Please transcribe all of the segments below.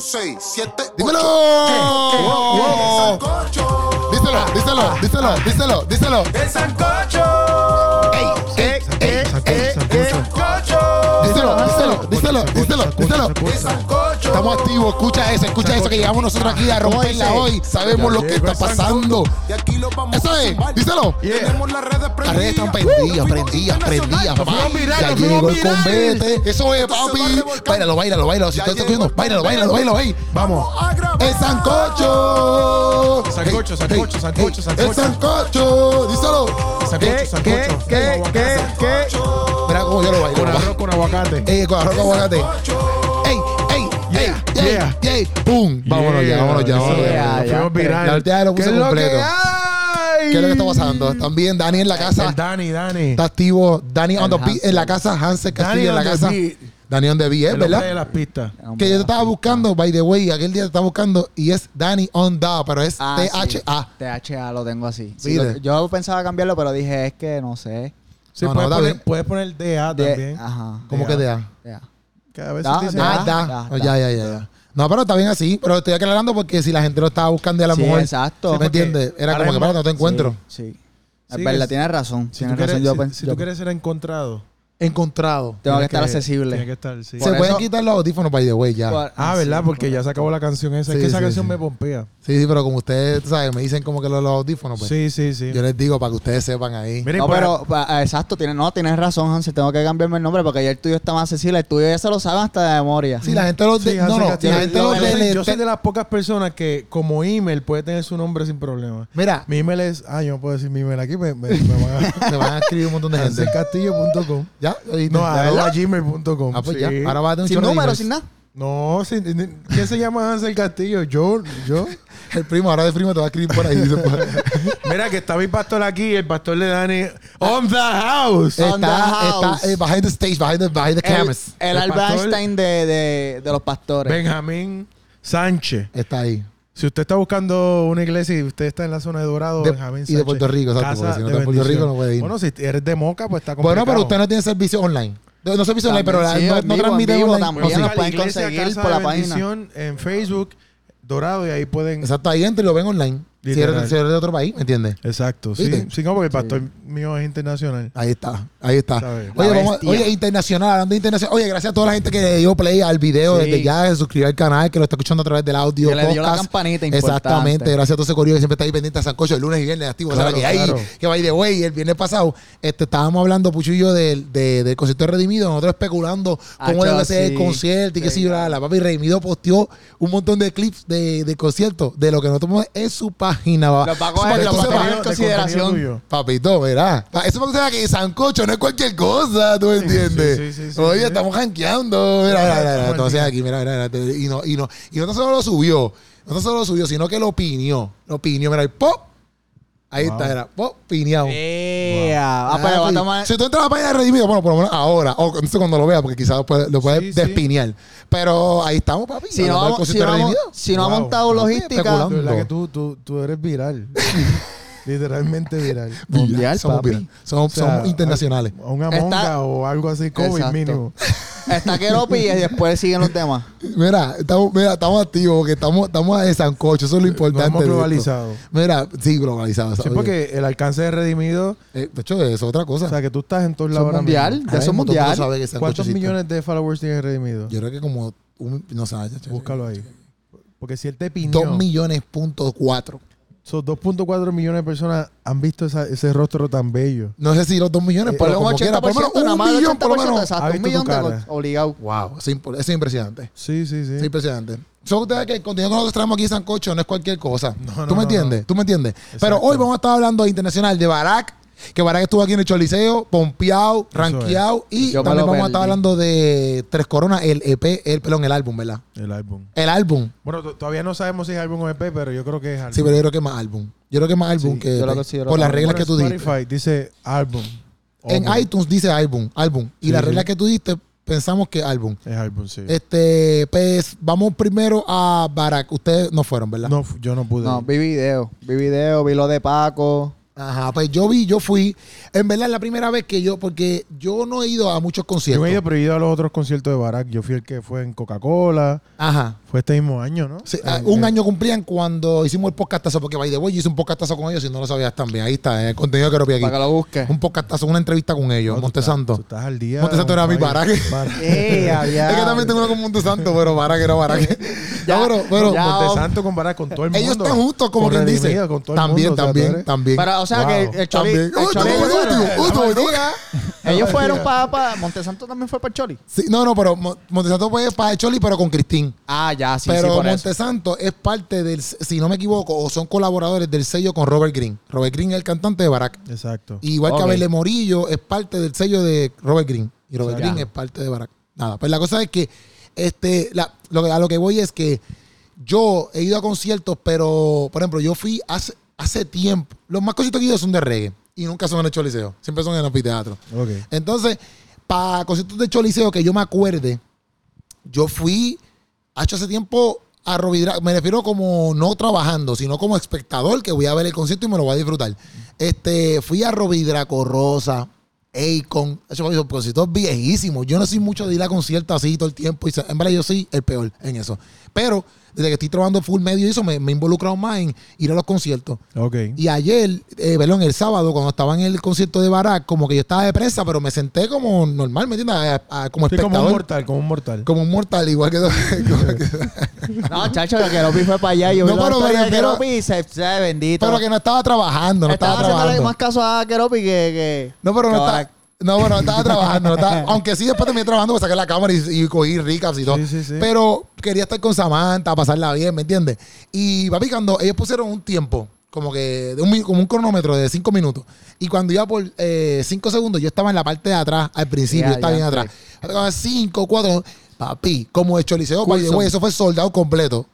6, 7, 8. ¡Dímelo! ¡Sancocho! Díselo, díselo, díselo, díselo, díselo. ¡El sancocho! Ey, ey, Sancocho, sancocho. ¡Sancocho! Díselo, díselo, díselo, díselo, díselo. ¡El sancocho! Estamos activos, escucha eso, escucha eso que llegamos nosotros aquí a romperla hoy. Sabemos lo que está pasando. Y aquí lo vamos Eso a es, zumbar. díselo. Yeah. Tenemos las redes prendidas. Las redes están prendidas, Uh, prendidas, prendidas, Internacional. papi. fuimos virales, Ya nos llegó fuimos el virales. combate. Eso es, Esto se va a papi. revolcar. Báilalo, báilalo, báilalo. Si Ya tú estás llegó escuchando, el báilalo, báilalo, báilalo, ahí. Vamos. a grabar. El sancocho. Sancocho, sancocho, sancocho, El sancocho. sancocho, díselo. Sancocho, sancocho. qué? Mira cómo yo lo Con bailo. arroz con aguacate. Ey, con arroz con aguacate. Ey, ey, ey, Yeah, ey, ey, pum. Vámonos ya, vámonos ya, vámonos Yeah. ya. Nos fuimos virales. La última vez lo ¿Qué puse es lo que completo. hay? ¿Qué es lo que está pasando? También Dani en la casa. El Dani, Dani. Está activo. Dani on the beat Hansel. en la casa. Hansel Castillo en Dani la on the casa. beat. Dani on the beat, ¿eh? El hombre de ¿verdad? las pistas. Que yo te estaba buscando, by the way, aquel día te estaba buscando y es Dani on the, pero es Ah, sí. T-H-A. THA lo tengo así. Sí, Mire. lo- yo pensaba cambiarlo, pero dije, es que no sé. Sí, No, no, puedes, está poner, bien. puedes poner DA De- también. Ajá. ¿Cómo que T-A? ya. Que a veces Da- dicen, da- Ah, ah, da. da, Oh, da. ya, ya, ya. No, pero está bien así. Pero estoy aclarando porque si la gente lo estaba buscando y a la Sí, mujer. exacto. ¿Me Sí, porque entiendes? Era como que, para, no te encuentro. Sí. Sí, es verdad, es- tienes razón. Si, tú tienes quieres, razón. Yo, si- pen- pues, si yo- tú quieres ser encontrado, Encontrado. tengo tienes que estar accesible. Tienes que estar, Se sí. Por pueden eso- quitar los audífonos, by the way, ya. Por- Ah, ¿verdad? sí, Porque ya se acabó la canción esa. Sí, es que esa sí, canción sí. me pompea. Sí, sí, pero como ustedes, tú ¿sabes? Me dicen como que los, los audífonos, pues. Sí, sí, sí. Yo les digo para que ustedes sepan ahí. Miren, No, por- pero pa- exacto, tienes, no, tienes razón, Hansel. Tengo que cambiarme el nombre porque ya el tuyo está más accesible. El tuyo ya se lo saben hasta de memoria. Sí, la gente los... Sí, de- no, Hansel no, Castillo. la gente yo, los... soy- de- yo soy de las pocas personas que como email puede tener su nombre sin problema. Mira, Mi email es... Ah, yo no puedo decir mi email aquí. Me, me, me van a... te van a escribir un montón de gente. Castillo.com ¿Ya? ¿Oíste? No, ¿Ya, arroba verdad? gmail.com. Ah, pues Sí. ya. Ahora vas a tener un sin chorro de número, emails. sin nada. No, sí, ni- ni- ¿quién se llama Hansel Castillo? Yo, yo. El primo, ahora de primo te va a escribir por ahí. pues. Mira que está mi pastor aquí, el pastor de Dani. On the house. On the está, house. está eh, behind the stage, behind the, behind the El, cameras. el El Albert pastor- Einstein de, de- de los pastores. Benjamín Sánchez. Está ahí. Si usted está buscando una iglesia y usted está en la zona de Dorado, De- Benjamín y de Sánchez. Puerto Rico, exacto, porque casa si no de está en Puerto bendición. Rico no puede ir. Bueno, si eres de Moca, pues está Bueno, complicado. pero usted no tiene servicio online. No, no servicio online, También, pero la- sí, no, en no vivo, en transmite vivo online. también. O sea, la pueden conseguir por la página. En Facebook, Dorado, y ahí pueden... exacto, ahí entra y lo ven online. Si Literal. eres, si eres de otro país, ¿me entiendes? Exacto, sí. ¿Viste? Sí, no, porque el pastor mío es internacional. Ahí está, ahí está. Está bien. Oye, La vamos- bestia. oye, internacional, hablando de internacional. Oye, gracias a toda la gente que le dio play al video Sí. desde ya, se suscribió al canal, que lo está escuchando a través del audio. Que le dio la podcast. campanita, importante. Exactamente, gracias a todo ese corillo que siempre está ahí pendiente a Sancocho el lunes y viernes activo. Claro, ¿sabes? Que ahí, claro. que by the way, el viernes pasado este, estábamos hablando, Pucho y yo, del, de- del concierto de Redimido, nosotros especulando cómo Acho, debe ser el Ah, sí. concierto y qué Sí, sé yo. La, la papi Redimido posteó un montón de clips de, de concierto, de lo que nosotros tomamos en su página. va. Los va Para a coger, que los tú va a sepas. tener en de consideración. contenido tuyo. Papito, verá. Pa- Eso para que usted vea que sancocho no es cualquier cosa, ¿tú entiendes? sí, sí, sí, Oye, sí. estamos janqueando. Mira, mira, mira, mira, Entonces aquí, mira, mira, mira. Y no, y no, y no tan solo lo subió, no tan solo lo subió, sino que lo opinió. Lo opinió, mira, y pop. Ahí está, era pop, pineado. Yeah. Eh, Ah, pero va a tomar. Si tú entras a la página de Redimido, bueno, por lo menos ahora, o no sé cuando lo veas, porque quizás después lo puedes Sí, sí. despinear. Pero ahí estamos, papi. Si no, hablando del vamos, si concierto no, de vamos, Redimido. si no ha Wow. montado No estoy logística especulando. De verdad Ando. que tú, tú, tú eres viral. Literalmente viral. mundial, somos, papi. viral. somos, O sea, somos internacionales. a- a Una monga Está- o algo así, COVID Exacto. mínimo. está Keropi y después siguen los demás. Mira, estamos, mira, estamos activos porque estamos, estamos de sancocho, eso es lo importante. Nos hemos de esto. globalizado. Mira, sí, globalizado. Sí, ¿sabes? porque el alcance de Redimido, Eh, de hecho, es otra cosa. o sea, que tú estás en todos Son lados ahora mundial. mismo. ya Ahora son mismo todo el mundo mundial. sabe que Sancocho ¿Cuántos existe. millones de followers tiene Redimido? Yo creo que como un, no sé, Búscalo ahí. Porque si él te pidió, dos millones punto cuatro. son 2.4 millones de personas han visto esa- ese rostro tan bello. No sé si los dos millones, Eh, pero Pero un como quiera, 80%, por lo menos nada más un el millón, por lo 80%, menos. Ha Exacto, un visto tu millón de cara. go- obligado. Wow, eso es impo- eso es impresionante. Sí, sí, sí. Es impresionante. Son ustedes que el contenido que nosotros traemos aquí en Sancocho no es cualquier cosa. no, ¿Tú me no, entiendes? ¿Tú me entiendes? Pero hoy vamos a estar hablando de internacional de Barack, que Barack estuvo aquí en el Choliseo, pompeado, ranqueado y Yo me también lo vamos a estar perdí. hablando de Tres Coronas, el EP, el pelón, el álbum, ¿verdad? El álbum. El álbum. Bueno, to- todavía no sabemos si es álbum o EP, pero yo creo que es álbum. Sí, pero yo creo que es más álbum. Yo creo que es más álbum Sí, que yo lo EP, considero por las álbum. reglas que tú dijiste. Spotify dice álbum. En Álbum. iTunes dice álbum, álbum. Y Sí, las sí. reglas que tú diste pensamos que álbum. Es álbum, sí. Este, pues vamos primero a Barack. Ustedes no fueron, ¿verdad? No, yo no pude. No, No, vi video. Vi video, vi lo de Paco. Ajá, pues yo vi, yo fui. En verdad, es la primera vez que yo, porque yo no he ido a muchos Yo conciertos. me he ido prohibido a los otros conciertos de Barack. Yo fui el que fue en Coca-Cola. Ajá. Fue este mismo año, ¿no? Sí, Eh, ah, un eh, año cumplían cuando hicimos el podcastazo, porque by the way, yo hice un podcastazo con ellos, si no lo sabías también. Ahí está, eh, el contenido que lo vi aquí. Para que lo busques. Un podcastazo, una entrevista con ellos, no, tú Montesanto. estás- tú estás al día. Montesanto era mi compadre. Barack. Barack. Ey, había- Es que también tengo uno con Montesanto, pero para que no, para que. Ya, No, pero, pero ya. Montesanto con Barack, con todo el mundo. ellos están justos, como Con quien dice. Redimido, con todo el También, mundo, o sea, también, tú eres- también. Pero, o sea, Wow. que el Choli. También. el Uy, Choli- estamos fueron- contigo, uy, estamos contigo. ellos fueron para. Pa, Montesanto también fue para el Choli. Sí, no, no, pero Mon- Montesanto fue para Choli, pero con Cristín. Ah, ya, sí, sí, pero por eso. Montesanto es parte del, si no me equivoco, o son colaboradores del sello con Robert Green. Robert Green es el cantante de Barack. Exacto. Igual Ok. que Abel Morillo es parte del sello de Robert Green. Y Robert Ya. Green es parte de Barack. Nada, pues la cosa es que este, la- lo que- a lo que voy es que yo he ido a conciertos, pero, por ejemplo, yo fui hace, hace tiempo. Los más cositos que he ido son de reggae. Y nunca son en el Choliseo. Siempre son en el anfiteatro. Ok. Entonces, para conciertos de Choliseo que yo me acuerde, yo fui hecho hace tiempo a Rovidra, me refiero como no trabajando, sino como espectador que voy a ver el concierto y me lo voy a disfrutar. Este, fui a Rovidraco Rosa, Akon, hecho papi, son conciertos viejísimos. Yo no soy mucho de ir a conciertos así todo el tiempo. Y, sa- en verdad, yo soy el peor en eso. Pero desde que estoy trabajando full medio y eso, me, me he involucrado más en ir a los conciertos. Ok. Y ayer, eh, perdón, el sábado, cuando estaba en el concierto de Barack, como que yo estaba de prensa, pero me senté como normal, ¿me entiendes? A- a- como Sí, como un espectador. mortal, como un mortal. Como un mortal, igual que... como que- No, chacho, lo que lo vi fue para allá. Yo No, vi la pero me historia de refiero- Keropi y se, se- bendito. Pero que no estaba trabajando, no estaba, Estaba haciéndole trabajando. más caso a Keropi que. que No, pero que no ahora- estaba. No, pero no estaba trabajando. no estaba- aunque sí, después terminé trabajando, pues saqué la cámara y, y cogí recaps y todo. Sí, sí, sí. Pero quería estar con Samantha, pasarla bien, ¿me entiendes? Y papi, cuando ellos pusieron un tiempo, como que de un, mi- como un cronómetro de cinco minutos, y cuando iba por eh, cinco segundos, yo estaba en la parte de atrás, al principio, Ya, yo estaba ya, bien ok. atrás. Cuando Cinco, cuatro, papi, como hecho liceo, by the Coulson. way, eso fue soldado completo.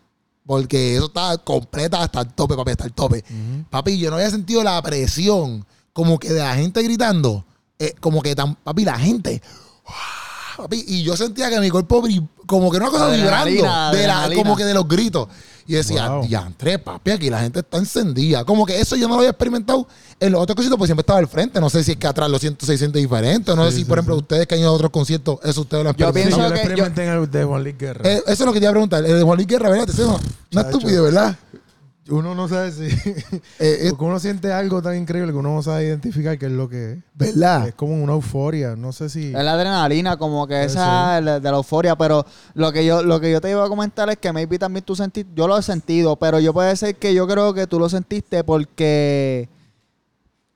Porque eso estaba completa hasta el tope, papi, hasta el tope. Papi, yo no había sentido la presión como que de la gente gritando. eh, como que tan, papi, la gente. ¡guau! Papi, y yo sentía que mi cuerpo vib- como que era una cosa Adrenalina, vibrando. De la, adrenalina. como que de los gritos. Y yo decía, Wow. diantre, papi, aquí la gente está encendida. Como que eso yo no lo había experimentado en los otros conciertos, porque siempre estaba al frente. No sé si es que atrás los 100, 600 diferentes. No sé Sí, si, sí, por ejemplo, ustedes que han ido a otros conciertos, eso ustedes lo han Yo experimentado. Sí, yo pienso lo que yo- experimenté en el de Juan Luis Guerra. Eh, eso es lo que te iba a preguntar. El de Juan Luis Guerra, ¿verdad? Te suena una Chacho. estúpida, ¿verdad? uno no sabe si. Eh, es- porque uno siente algo tan increíble que uno no sabe identificar qué es lo que es. ¿Verdad? Es como una euforia. No sé si. Es la adrenalina, como que Sí, esa la- de la euforia, pero lo que yo lo que yo te iba a comentar es que maybe también tú sentiste, yo lo he sentido, pero yo puede ser que yo creo que tú lo sentiste porque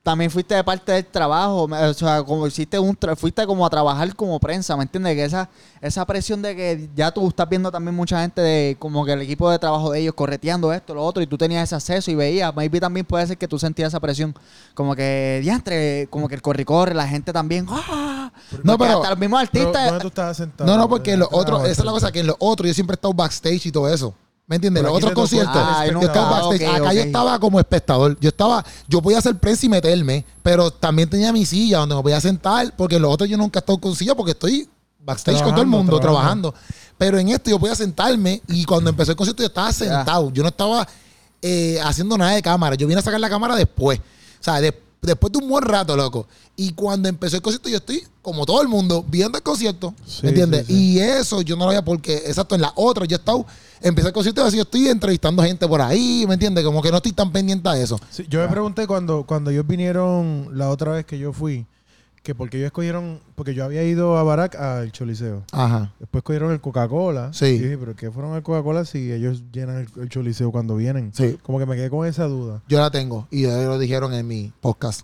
también fuiste de parte del trabajo, me- o sea, como hiciste un tra- fuiste como a trabajar como prensa, ¿me entiendes? Que esa esa presión de que ya tú estás viendo también mucha gente de como que el equipo de trabajo de ellos correteando esto, lo otro y tú tenías ese acceso y veías, maybe también puede ser que tú sentías esa presión como que diantre, como que el corre y corre, la gente también, ¡ah! No, Porque pero- hasta los mismos Pero, artistas ¿Dónde tú estabas sentado? No, no, porque en los Ah, otros, bueno, esa es la cosa, que en los otros yo siempre he estado backstage y todo eso. ¿Me entiendes? En Pero los aquí otros te tocó conciertos, estar Ah, yo nunca. estaba Ah, backstage. ok, Acá yo ok. estaba como espectador. Yo estaba, yo podía hacer prensa y meterme, pero también tenía mi silla donde me podía sentar, porque en los otros yo nunca he estado con silla porque estoy backstage con todo el Trabajando, mundo trabajando. trabajando. Pero en esto yo podía sentarme y cuando empezó el concierto yo estaba sentado. Yo no estaba eh, haciendo nada de cámara. Yo vine a sacar la cámara después. O sea, de- después de un buen rato, loco. Y cuando empezó el concierto yo estoy, como todo el mundo, viendo el concierto. Sí, ¿Me ¿Entiendes? sí, sí. Y eso yo no lo había porque, exacto, en la otra yo he estado, empecé el concierto y así yo estoy entrevistando gente por ahí, ¿me entiendes? Como que no estoy tan pendiente a eso. Sí, yo me pregunté cuando, cuando ellos vinieron la otra vez que yo fui, que porque ellos escogieron, porque yo había ido a Barack al Choliseo. Ajá. Después cogieron el Coca-Cola. Sí. Y dije, pero ¿qué fueron al Coca-Cola si ellos llenan el, el Choliseo cuando vienen? Sí. Como que me quedé con esa duda. Yo la tengo y ya lo dijeron en mi podcast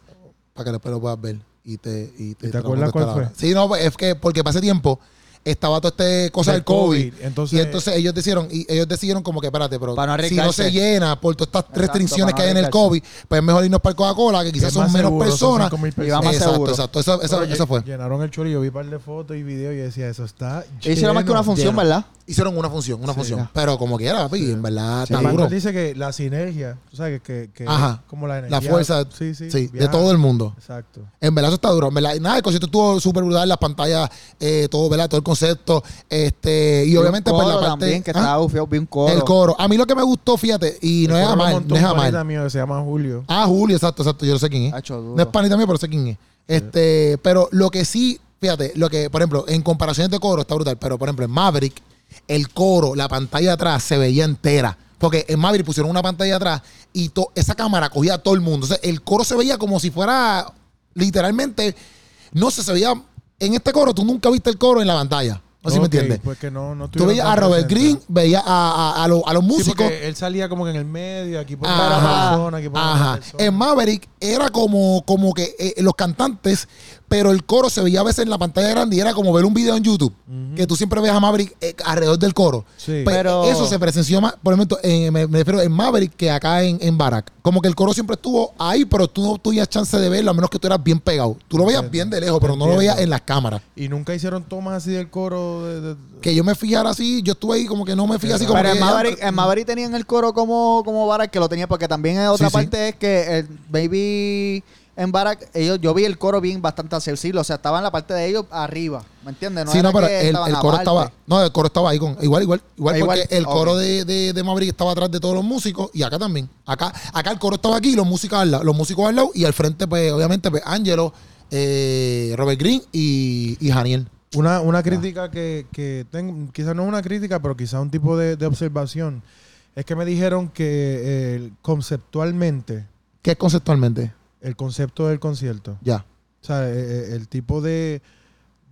para que después lo puedas ver y te y te, ¿Y te acuerdas cuál la- fue? Sí, no, pues, es que porque pasé tiempo estaba toda esta cosa del Del COVID. COVID, entonces- y entonces ellos decidieron, y ellos decidieron como que espérate, pero Para no si no arriesgarse. se llena por todas estas Exacto, restricciones para no que hay en el arriesgarse. COVID, pues es mejor irnos para el Coca-Cola, que quizás Es son más menos seguro, son personas. 5.000 Y va más exacto, seguro. exacto. Eso, eso- Pero eso lle- fue. Llenaron el Choli, yo vi un par de fotos y videos y yo decía, eso está hicieron más que una lleno". función, lleno. ¿verdad? Hicieron una función, una Sí, función. ya. Pero como quiera, papi, en verdad Sí, está Manuel duro. dice que la sinergia, tú sabes que, que, que Ajá. como la energía. La fuerza sí, sí, sí, de viaja. todo el mundo. Exacto. En verdad eso está duro. En verdad, y nada, el concierto estuvo súper brutal, las pantallas, eh, todo, ¿verdad? Todo el conceptos. Este, y obviamente, un pues coro la parte. también, que ¿Ah? estaba bufiado, vi un coro. El coro. A mí lo que me gustó, fíjate, y no es a mal, no es a mal. mío que se llama Julio. Ah, Julio, exacto, exacto. Yo no sé quién es. Hacho, duro. No es panita mío, pero sé quién es. Este, pero lo que sí, fíjate, lo que, por ejemplo, en comparaciones de coro está brutal, pero por ejemplo, en Maverick, el coro, la pantalla de atrás se veía entera. Porque en Maverick pusieron una pantalla atrás y to- esa cámara cogía a todo el mundo. Entonces, el coro se veía como si fuera literalmente, no sé, se veía. En este coro, tú nunca viste el coro en la pantalla. ¿No sé si me Ok, entiendes? Pues que no, no tú estuvieron veías tan a Robert presentes. Green, veías a, a- a los- a los Sí, músicos. porque él salía como que en el medio, aquí por Ajá. una persona, aquí por Ajá. Em- otra persona. En Maverick era como, como que eh, los cantantes, pero el coro se veía a veces en la pantalla grande y era como ver un video en YouTube, que tú siempre ves a Maverick eh, alrededor del coro. Sí. Pues, Pero- Eso se presenció más, por ejemplo, en- me, me refiero en Maverick que acá en, en Barack. Como que el coro siempre estuvo ahí, pero tú no tuvieas chance de verlo a menos que tú eras bien pegado. Tú lo veías bien Entiendo. de lejos, pero no lo Entiendo. veías en las cámaras. Y nunca hicieron tomas así del coro. De, de- Que yo me fijara así, yo estuve ahí como que no me fijé así como Pero que en ya- Maverick, en Maverick tenían el coro como, como Barack, que lo tenía, porque también en otra Sí, sí. parte es que el Baby en Barack, ellos, yo vi el coro bien bastante accesible, o sea, estaba en la parte de ellos arriba, ¿me entiendes? sí, era no, pero que pues. el, estaban el coro aparte. estaba. No, el coro estaba ahí con. Igual, igual. Igual, Ah, igual, porque el ok. coro de, de, de Maverick estaba atrás de todos los músicos y acá también. Acá, acá el coro estaba aquí, y los músicos al lado, los músicos al lado, y al frente, pues, obviamente, pues, Angelo, eh, Robert Green y, y Janiel. Una, una crítica que, que tengo, quizás no una crítica, pero quizás un tipo de, de observación. Es que me dijeron que eh, conceptualmente, ¿Qué es conceptualmente? el concepto del concierto, Ya. o sea, eh, eh, el, tipo de,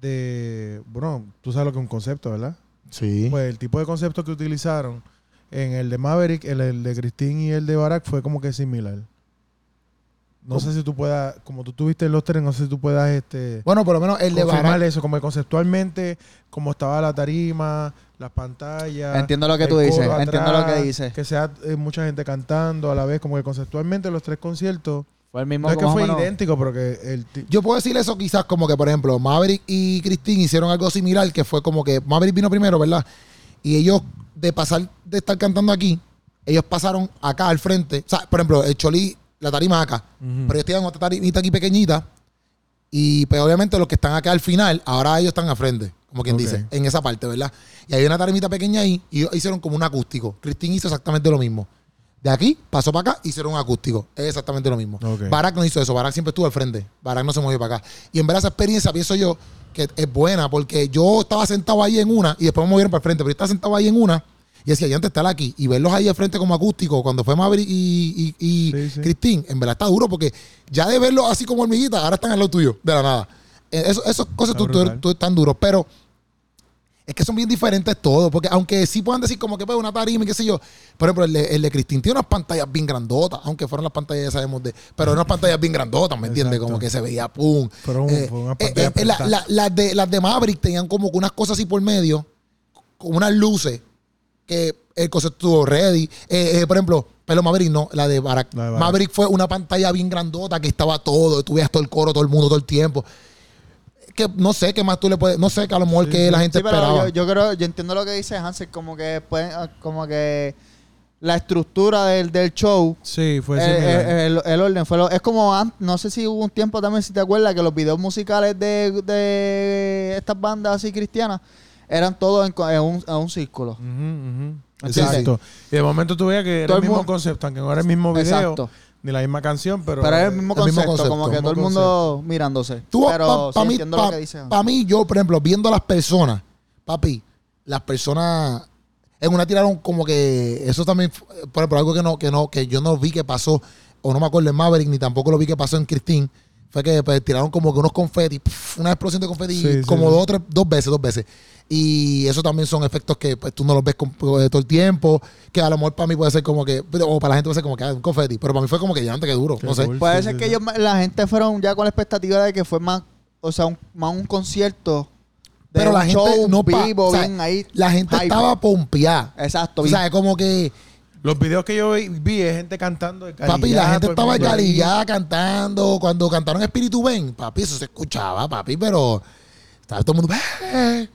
de. Bueno, tú sabes lo que es un concepto, ¿verdad? Sí. Pues el tipo de concepto que utilizaron en el de Maverick, el, el de Christine y el de Barack fue como que similar. No sé si tú puedas, como tú tuviste los tres, no sé si tú puedas este, bueno, por lo menos el de confirmar Barack. eso, como que conceptualmente, cómo estaba la tarima, las pantallas. Entiendo lo que el tú coro dices, entiendo lo que dices. Que sea eh, mucha gente cantando a la vez, como que conceptualmente los tres conciertos. Fue el mismo No es que más o fue menos- idéntico, pero que el ti- Este, Yo puedo decir eso quizás como que, por ejemplo, Maverick y Christine hicieron algo similar, que fue como que Maverick vino primero, ¿verdad? Y ellos, de pasar, de estar cantando aquí, ellos pasaron acá al frente. O sea, por ejemplo, el Cholí, la tarima es acá. Ujú. Pero ellos tenían otra tarimita aquí pequeñita. Y pues obviamente los que están acá al final, ahora ellos están al frente, como quien Ok. dice, en esa parte, ¿verdad? Y hay una tarimita pequeña ahí y ellos hicieron como un acústico. Christine hizo exactamente lo mismo. De aquí pasó para acá, hicieron un acústico. Es exactamente lo mismo. Ok. Barack no hizo eso, Barack siempre estuvo al frente. Barack no se movió para acá. Y en verdad esa experiencia pienso yo que es buena porque yo estaba sentado ahí en una y después me movieron para el frente, pero yo estaba sentado ahí en una y decía, yo antes estar aquí y verlos ahí al frente como acústico cuando fue Maverick y, y, y Sí, sí. Christine, en verdad está duro porque ya de verlos así como hormiguitas, ahora están al lado tuyo, de la nada. Eh, eso- esas cosas Está tú, tú- brutal. tú están duros, pero es que son bien diferentes todos, porque aunque sí puedan decir como que pues, una tarima y qué sé yo, por ejemplo, el de, el de Cristín tiene unas pantallas bien grandotas, aunque fueron las pantallas, ya sabemos de, pero unas pantallas bien grandotas, ¿me entiendes? Exacto. Como que se veía pum. Fueron- Eh, fueron unas eh, pantallas eh, la- prestadas. la- las, de, las de Maverick tenían como que unas cosas así por medio, con unas luces, que el concepto estuvo ready. Eh, eh, por ejemplo, pero Maverick no, la de Barack. La de Barack. Maverick fue una pantalla bien grandota que estaba todo, tú veías todo el coro, todo el mundo, todo el tiempo. Que no sé qué más tú le puedes, no sé que a lo mejor Sí, que sí. la gente Sí, pero esperaba. yo, yo creo, yo entiendo lo que dice Hansel, como que pueden- ah, como que la estructura del, del show, Sí, fue el, similar. Eh, el- el orden fue lo- es como an- no sé si hubo un tiempo también si te acuerdas que los videos musicales de, de estas bandas así cristianas eran todos en, co- en un, en un Mm, círculo. Ujú, ujú. ¿Entiendes? Exacto. Y de momento tú veías que era eh. Todo el el mismo mundo- concepto, aunque no era el mismo video, Exacto. ni la misma canción, pero... eh, Pero, era el mismo, el mismo concepto, concepto, como que mismo todo el mundo mirándose. Tú, pero pa- pa' sí mí, entiendo pa- lo que dice Hansel. pa' mí, yo, por ejemplo, viendo a las personas, papi, las personas en una tiraron como que eso también, fu- eh, por ejemplo, algo que no, que no, que yo no vi que pasó, o no me acuerdo en Maverick, ni tampoco lo vi que pasó en Christine, fue que pues, tiraron como que unos confetis, pf, una explosión de confetis, Sí, sí, como sí. dos o tres, dos veces, dos veces. Y eso también son efectos que pues, tú no los ves con- eh, todo el tiempo, que a lo mejor para mí puede ser como que, o para la gente puede ser como que ah, un confeti, pero para mí fue como que ya antes que duro, Qué no sé. cool, Puede sí, ser sí, que sí. ellos, la gente fueron ya con la expectativa de que fue más, o sea, un, más un concierto. de Pero un la gente show no pa- vivo, o sea, bien ahí. La gente hype. estaba pompeada. Exacto, O bien. sea, como que, Los videos que yo vi- vi es gente cantando de papi, calillá, la gente todo el estaba mundo ahí. encalillada cantando. Cuando cantaron Espíritu Ven, papi, eso se escuchaba, papi, pero estaba todo el mundo. "Eh,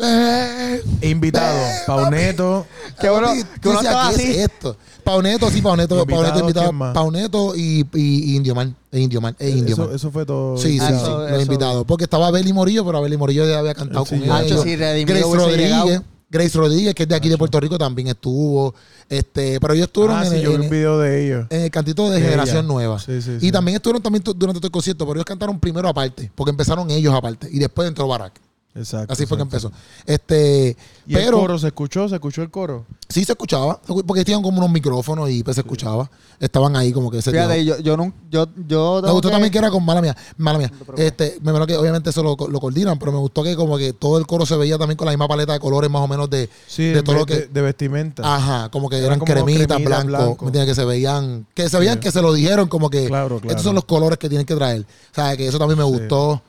Eh, E Invitado, Pauneto. Que bueno, papi, que uno dice, estaba ¿qué así. es esto? Pauneto, sí, Pauneto, Invitado, Pauneto, invitado, ¿quién más? Pauneto y, y, y Indio Man, e Indio Man, e Indio Eso, Man. eso fue todo. Sí, sí, Ah, sí, eso- los eso- invitados. Porque estaba Beli Morillo, pero Beli Morillo ya había cantado Sí, con ya. ellos. Nacho, si Redimido Grace hubiese Rodríguez, llegado. Grace Rodríguez, que es de aquí de Puerto Rico, también estuvo. Este, pero ellos estuvieron Ah, en, sí, yo vi en- un video de ellos. en el cantito de Ella. Generación Nueva. Sí, sí, y sí. también estuvieron también tu- durante todo el concierto, pero ellos cantaron primero aparte, porque empezaron ellos aparte. Y después entró Barack. Exacto. Así fue que exacto. empezó. Este, ¿Y el pero coro se escuchó? ¿Se escuchó el coro? sí se escuchaba, se escu- porque tenían como unos micrófonos y pues se escuchaba. Estaban ahí como que se Fíjate, yo, yo, nun- yo, yo Me tengo gustó que- también que era con mala mía, mala mía. No te preocupes. Este, me imagino que obviamente eso lo, lo coordinan, pero me gustó que como que todo el coro se veía también con la misma paleta de colores más o menos de, Sí, de todo ve- lo que Ah, de, de vestimenta. Ajá, como que Eran eran como cremitas, cremita, blancos, blanco. ¿me entiendes? Que se veían, que se veían Sí. que se lo dijeron, como que Claro, claro. estos son los colores que tienen que traer. O sea, que eso también me gustó.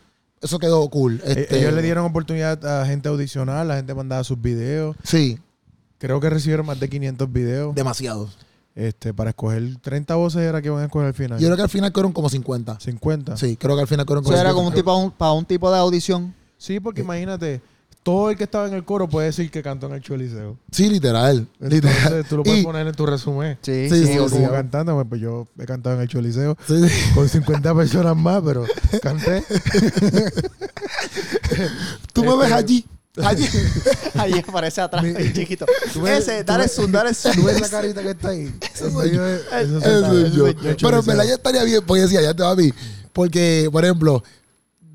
Eso quedó cool. E- Este, Ellos le dieron oportunidad a gente a audicionar, la gente mandaba sus videos. Sí, Creo que recibieron más de 500 videos. demasiado. Este, para escoger 30 voces era que van a escoger al final. Yo creo que al final fueron como 50. 50. Sí, creo que al final fueron Eso como era como un 50. tipo un- para un tipo de audición. Sí, Eh. porque imagínate, todo el que estaba en el coro puede decir que cantó en el Choliseo. Sí, literal. literal. Entonces tú lo puedes Y- poner en tu resumen. Sí, Sí, sí, Digo, sí. como cantante, pues, pues yo he cantado en el Choliseo Sí, sí. con 50 personas más, pero canté. Tú me ves Este- allí. Allí. Ahí aparece atrás, el chiquito. ves- Ese, tú dale ves- zoom, dale zoom. ¿Tú ves la carita que está ahí? Eso soy yo. Eso Eso soy yo. soy yo. Eso soy yo. Pero en verdad ya estaría bien, porque decía, ya te va a mí. Porque, por ejemplo,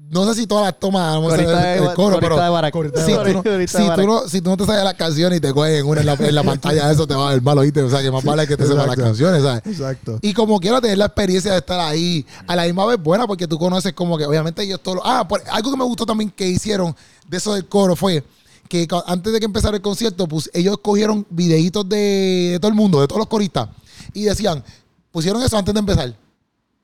no sé si todas las tomas vamos a Corita ver el de- coro, corita pero de Barack. si, Corita de tú Barack. no, Corita si de tú Barack. no- si tú no te sabes las canciones y te cogen en una en la, en la pantalla, eso te va a ver mal, oíste. O sea, que más vale que te sepas las Exacto. canciones, ¿sabes? Exacto. Y como quiera tener la experiencia de estar ahí, a la misma vez buena, porque tú conoces como que obviamente ellos todos... los- Ah, por- algo que me gustó también que hicieron de eso del coro fue que ca- antes de que empezara el concierto, pues ellos cogieron videitos de, de todo el mundo, de todos los coristas, y decían, pusieron eso antes de empezar.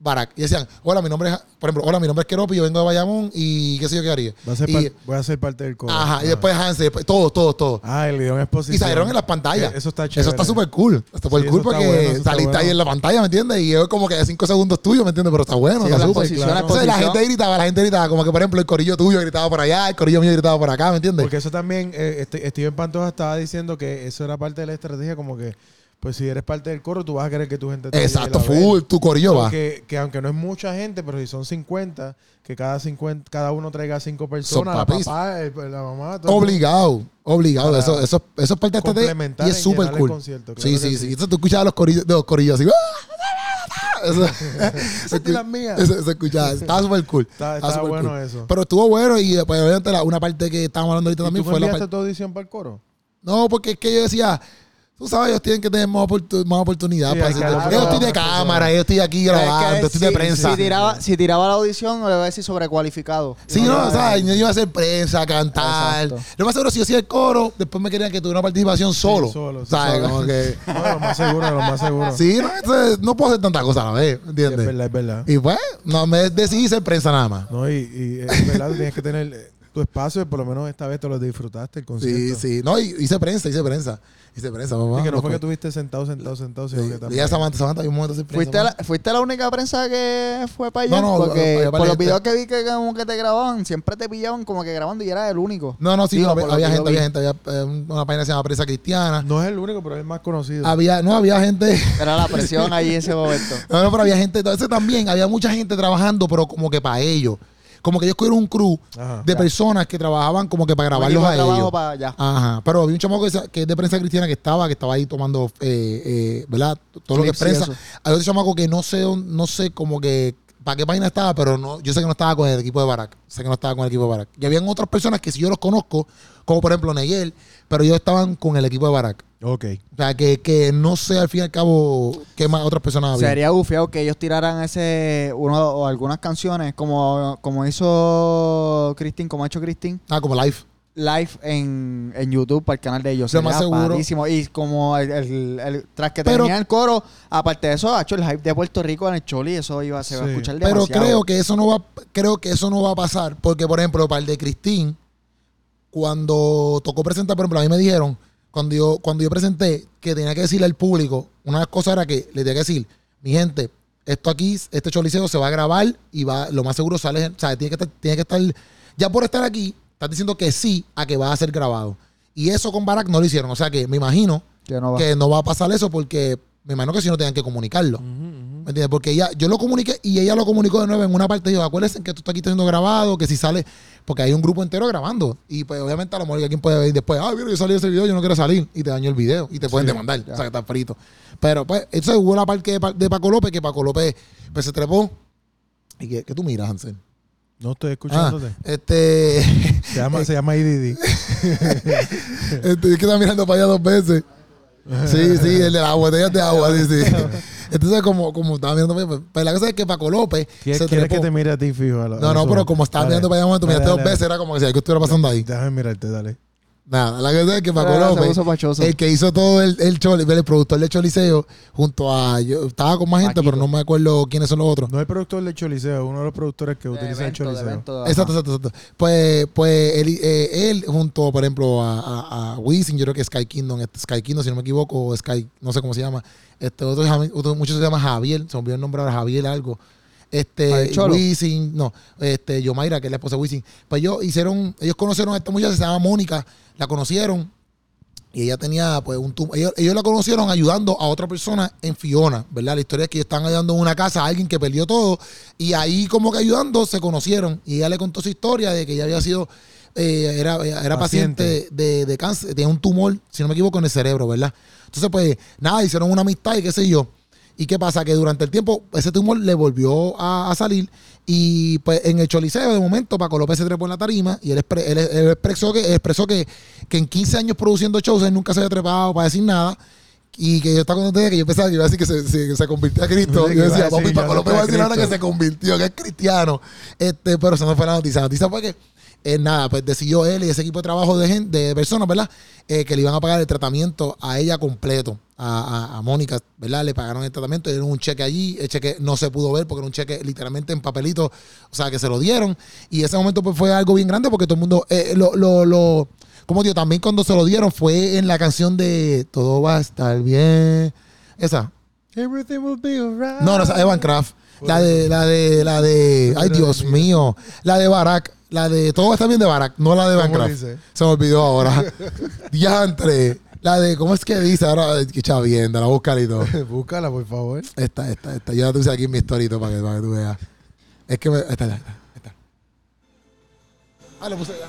Barack, y decían, hola, mi nombre es, por ejemplo, hola, mi nombre es Keropi, yo vengo de Bayamón y qué sé yo qué haría. Va a ser Y- par- voy a ser parte del coro. ajá, y después Hansen, después, todo, todo, todo. Ah, el león exposición. Y salieron en las pantallas. Eh, Eso está Eso chévere. está súper cool. Está súper Sí, cool eso está porque bueno, eso está saliste ahí bueno. en la pantalla, ¿me entiendes? Y es como que de cinco segundos tuyo, ¿me entiendes? Pero está bueno, Sí, está la súper. exposición, claro. la Entonces la exposición. gente gritaba, la gente gritaba, como que por ejemplo el corillo tuyo gritaba por allá, el corillo mío gritaba por acá, ¿me entiendes? Porque eso también, eh, este- Steven Pantoja estaba diciendo que eso era parte de la estrategia, como que, pues si eres parte del coro, tú vas a querer que tu gente te vaya a Exacto, ir a ver. full, tu corillo va. Que, que aunque no es mucha gente, pero si son 50, que cada 50, cada uno traiga cinco Son personas, la papis. papá, el- pues, la mamá, todo. Obligado, obligado. Para Eso, eso, eso es parte de esta de complementar Y es y súper llenar el cool. concierto, claro sí, que sí, sí. sí. Entonces tú escuchabas los corillos, los corillos así. ¡Ah! Eso- Sentí las mías. Eso se escuchaba. Estaba súper cool. Está- Estaba está súper bueno cool. eso. Pero estuvo bueno y después, obviamente, la- una parte que estábamos hablando ahorita ¿Y también tú fue la parte. enviaste tu audición para el coro? No, porque es que yo decía, tú sabes, ellos tienen que tener más, oportu- más oportunidad. Sí, para hay que hacer- darle yo estoy de oportunidad a las cámara, yo estoy aquí Pero es que grabando, si- estoy de prensa. Si Sí, tiraba, si tiraba la audición, le voy a decir sobrecualificado. eh, no, o sea, yo iba a hacer prensa, cantar. Exacto. Lo más seguro, si yo hacía el coro, después me querían que tuviera una participación solo. solo, sí, ¿Sabes? solo. Como que. No, lo más seguro, lo más seguro. Sí, no, entonces, no puedo hacer tantas cosas a la vez, es ¿entiendes? verdad, es verdad. y pues, no, me decidí ser prensa nada más. No, y, y es verdad, tienes que tener eh, tu espacio, y por lo menos esta vez te lo disfrutaste el concierto. Sí, sí. No, y- hice prensa, hice prensa. Hice prensa, mamá. Sí, que no Los co- fue que estuviste sentado, sentado, sentado. sino que Sí, también- Ya Samantha, Samantha, hay un momento sin prensa. ¿Fuiste, la, mamá. ¿Fuiste la única prensa que fue para No, allá? no, Porque había por varias los videos gente. que vi que como que te grababan, siempre te pillaban como que grabando y eras el único. No, no, sí, Digo, había, por lo había que yo gente, había vi. gente, había eh, una página que se llama Prensa Cristiana. No es el único, pero es el más conocido. Había, no, había gente. Era la presión ahí en ese momento. No, no, pero había gente. Entonces también había mucha gente trabajando, pero como que para ellos. Como que ellos cogieron un crew Ajá. de personas que trabajaban como que para grabarlos Un a equipo de trabajo ellos. para allá. Ajá. Pero había un chamaco que, se- que es de prensa cristiana que estaba, que estaba ahí tomando, eh, eh, ¿verdad? Todo lo que es Clips y prensa. eso. Hay otro chamaco que no sé, dónde- no sé como que para qué página estaba, pero no, yo sé que no estaba con el equipo de Barack. Sé que no estaba con el equipo de Barack. Y habían otras personas que si yo los conozco, como por ejemplo Neyel, pero ellos estaban con el equipo de Barack. Ok. O sea, que, que no sé al fin y al cabo qué más otras personas había. Sería bufiado que ellos tiraran ese uno o algunas canciones como, como hizo Christine, como ha hecho Christine, Ah, como live. live en, en YouTube para el canal de ellos. Lo más Sería seguro. padrísimo. Y como el, el- el- tras que Pero- termina el coro, aparte de eso, ha hecho el hype de Puerto Rico en el Choli, eso iba, se va a Sí. escuchar Pero demasiado. creo que eso no va, creo que eso no va a pasar. Porque, por ejemplo, para el de Cristín, cuando tocó presentar, por ejemplo, a mí me dijeron, cuando yo, cuando yo presenté, que tenía que decirle al público, una de las cosas era que le tenía que decir, mi gente, esto aquí, este choliseo se va a grabar y va, lo más seguro sale, o sea, tiene que estar, tiene que estar, ya por estar aquí, Estás diciendo que sí a que va a ser grabado. Y eso con Barack no lo hicieron. O sea que me imagino Que no va. que no va a pasar eso porque me imagino que si no tengan que comunicarlo. ¿Me entiendes? Porque ella, yo lo comuniqué y ella lo comunicó de nuevo en una parte. Yo, acuérdense que tú estás aquí siendo grabado, que si sale, porque hay un grupo entero grabando. Y pues obviamente a lo mejor alguien puede ver después, ah, mira, yo salí de ese video, yo no quiero salir. Y te daño el video y te pueden demandar. O sea, que estás frito. Pero pues, eso hubo la parte de, Pa- de Paco López, que Paco López pues, se trepó. ¿Y que tú miras, Hansel? No estoy Ah, escuchándote. este, Se llama, se llama IDD. este, es que está mirando para allá dos veces. Sí, sí, el de las botellas de agua, sí, sí. Entonces, como, como estaba mirando para allá, pues, pero la cosa es que Paco López ¿Quieres, se quieres que trepó. te mire a ti, fijo? a lo- No, a no, eso? pero como estaba Dale, mirando para allá, cuando tú dale, miraste dos dale, veces, era como que si algo estuviera pasando ahí. Déjame mirarte, dale. Nada, la cosa es que Paco Ah, se López, puso fachoso. el que hizo todo el, el choli, el productor del Choliseo, junto a. Yo estaba con más gente, Paquito. pero no me acuerdo quiénes son los otros. No el productor de Choliseo, uno de los productores que utiliza el evento, de Choliseo. evento, ajá. Exacto, exacto, exacto. Pues, pues él, eh, él junto, por ejemplo, a, a, a Wisin, yo creo que Sky Kingdom, este, Sky Kingdom, si no me equivoco, o Sky, no sé cómo se llama. Este, otro, jam- otro muchacho se llama Javier, se me olvidó el nombre ahora, Javier algo. Javier Este, Cholo. Wisin, no, este, Yomaira, que es la esposa de Wisin. Pues ellos hicieron, ellos conocieron a esta muchacha, se llama Mónica, la conocieron. Y ella tenía, pues, un tumor. Ellos, ellos la conocieron ayudando a otra persona en Fiona, ¿verdad? La historia es que ellos están ayudando en una casa a alguien que perdió todo. Y ahí, como que ayudando, se conocieron. Y ella le contó su historia de que ella había sido, eh, era, era Paciente. paciente de, de cáncer, tenía un tumor, si no me equivoco, en el cerebro, ¿verdad? Entonces, pues, nada, hicieron una amistad y qué sé yo. ¿Y qué pasa? Que durante el tiempo ese tumor le volvió a, a salir y pues en el choliseo de momento Paco López se trepó en la tarima y él, expre- él- él expresó, que, expresó que, que en 15 años produciendo shows él nunca se había trepado para decir nada y que yo estaba contento de que yo pensaba que iba a decir que se, se- se convirtió a Cristo. Sí, yo que iba decía, a decir, papi, yo Paco no López va a decir creo a ahora que Cristo". se convirtió, que es cristiano. Este, pero eso no fue la noticia. La noticia fue que, eh, nada, pues decidió él y ese equipo de trabajo de, gente, de personas, ¿verdad? Eh, que le iban a pagar el tratamiento a ella completo, a, a- a Mónica, ¿verdad? Le pagaron el tratamiento, dieron un cheque allí, el cheque no se pudo ver porque era un cheque literalmente en papelito, o sea, que se lo dieron. Y ese momento pues, fue algo bien grande porque todo el mundo, eh, lo, lo, lo, como digo, también cuando se lo dieron fue en la canción de Todo va a estar bien, esa. Everything will be alright. No, no, esa Evan Craft. La de, la de, la de, ay Dios mío. La de Barack. La de, todo está bien de Barack, no la de Evan ¿Cómo Craft. dice? Se me olvidó ahora. Diantre. La de, ¿cómo es que dice ahora? Que chavienda, la buscar y todo. Búscala, por favor. Esta, esta, esta. Yo la puse aquí en mi historito para que, para que tú veas. Es que me, esta, esta, esta, esta. Ah, le puse ya.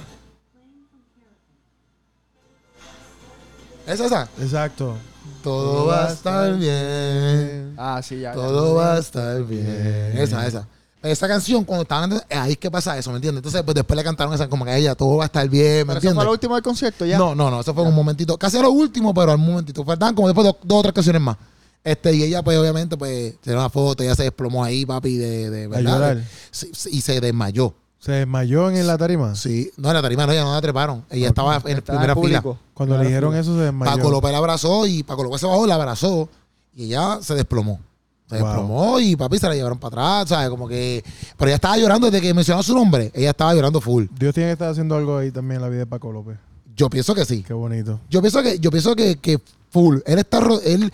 ¿Es esa? Exacto. Todo va a estar bien. Ah, sí, ya. ya. Todo va a estar bien. Esa, esa. Esa canción, cuando estaban. eh, Ahí es que pasa eso, ¿me entiendes? Entonces, pues después le cantaron esa, como que a ella, todo va a estar bien, ¿me Pero eso entiendes? fue lo último del concierto ya. No, no, no, eso fue un momentito. Casi a lo último, pero al momentito. Faltaban como después dos, dos o tres canciones más. Este, y ella, pues obviamente, pues se dio una foto, ella se desplomó ahí, papi, de, de verdad. llorar. Sí, sí, y se desmayó. Se desmayó en la tarima. Sí, no en la tarima, no, ella no la treparon. Ella estaba en Estaba primera en fila. público. Cuando le dijeron "Este eso, se desmayó. Paco López la abrazó y Paco López se bajó, la abrazó y ella se desplomó. Se Wow. desplomó y papi se la llevaron para atrás, ¿sabes? Como que. Pero ella estaba llorando desde que mencionó su nombre. Ella estaba llorando full. Dios tiene que estar haciendo algo ahí también en la vida de Paco López. Yo pienso que sí. Qué bonito. Yo pienso que, yo pienso que, que full. Él está ro- él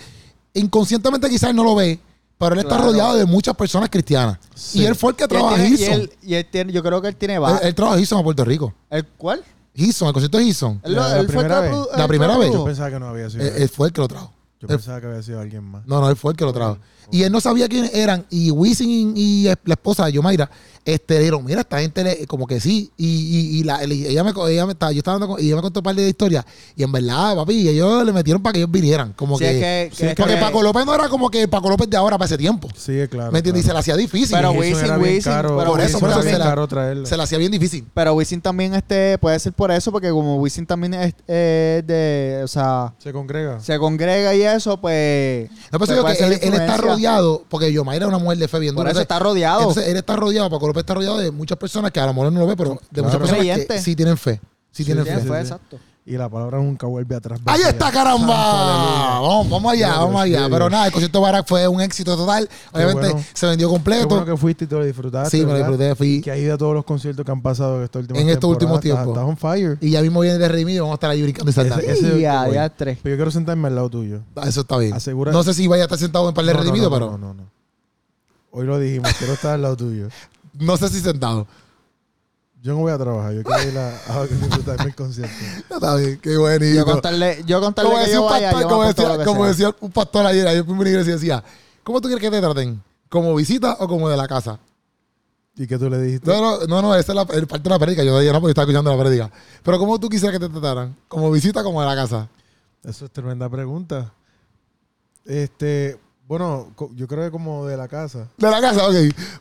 inconscientemente quizás no lo ve, pero él está Claro. rodeado de muchas personas cristianas. Sí. Y él fue el que Y él trabajó a tiene- y Hilson. Él, él- y él tiene, yo creo que él tiene va. él trabajó a Hilson a Puerto Rico. ¿El cuál? Hilson, el concierto de Hilson. Él, La- lo- la él fue el primera que lo vez. produ- La él primera lo vez, yo Yo produjo. pensaba que no había sido Él, él. él fue el que lo trajo. Yo él- pensaba que había sido alguien más. Eh, No, no, él fue el que lo trajo. Y él no sabía quiénes eran. Y Wisin y la esposa de Yomaira este, le dijeron, mira, esta gente le- como que sí. Y, y- y la- el- ella me, co- ella me estaba, yo estaba hablando con, y ella me contó un par de historias. Y en verdad, papi, ellos le metieron para que ellos vinieran. Como Sí, que, es que- que- sí, porque que- Paco López no era como que Paco López de ahora para ese tiempo. Sí, claro. ¿Me entiendes? Y se la hacía difícil. Pero Pero Wisin, era bien Wisin, caro. pero por eso, Wisin por era eso bien se la- caro traerlo. se la hacía bien difícil. Pero Wisin también este, puede ser por eso, porque como Wisin también es eh, de, o sea, Se congrega. se congrega y eso, pues... No, pues pero yo puede que ser él, él está influencia. rodeado, porque Yomaira es una mujer de fe bien Por dura, eso entonces- está rodeado. Entonces, él está rodeado, Paco López está rodeado de muchas personas que a lo mejor no lo ve, pero de muchas personas que Creyente. sí tienen fe. Sí, tienen Sí, fe. fue, sí, sí. exacto. Y la palabra nunca vuelve atrás. Ahí vacía. está, caramba. Vamos, vamos allá, Dios, vamos allá. Dios. Pero nada, el concierto de Barack fue un éxito total. Obviamente bueno. se vendió Qué completo. bueno que fuiste y te lo disfrutaste. sí, me lo ¿verdad? disfruté, Y fui. que ha ido a todos los conciertos que han pasado en estos últimos En estos últimos temporadas. tiempos. Estás on fire. Y ya mismo viene de Redimido y vamos a estar ahí brincando y saltando. Ese- ese- Y a bueno. diastre. Pero yo quiero sentarme al lado tuyo. Eso está bien. Asegura- No sé si vaya a estar sentado en par de No, no, Redimido, no, pero No, no, no. Hoy lo dijimos, quiero estar al lado tuyo. no sé si sentado. Yo Yo no voy a trabajar, yo quiero ir a, a disfrutar mi concierto. Está bien, qué bonito. Yo contarle, yo contarle como que decía, yo un vaya, pastor, yo como, voy a aportar decía, lo que como sea. decía un pastor ayer, ayer en mi iglesia decía, ¿cómo tú quieres que te traten? ¿Como visita o como de la casa? ¿Y qué tú le dijiste? No, no, no, no esa es la el parte de la prédica. Yo de ayer no, porque estaba escuchando la prédica. Pero ¿cómo tú quisieras que te trataran? ¿Como visita o como de la casa? Eso es tremenda pregunta. Este, bueno, co- yo creo que como de la casa. De la casa, ok.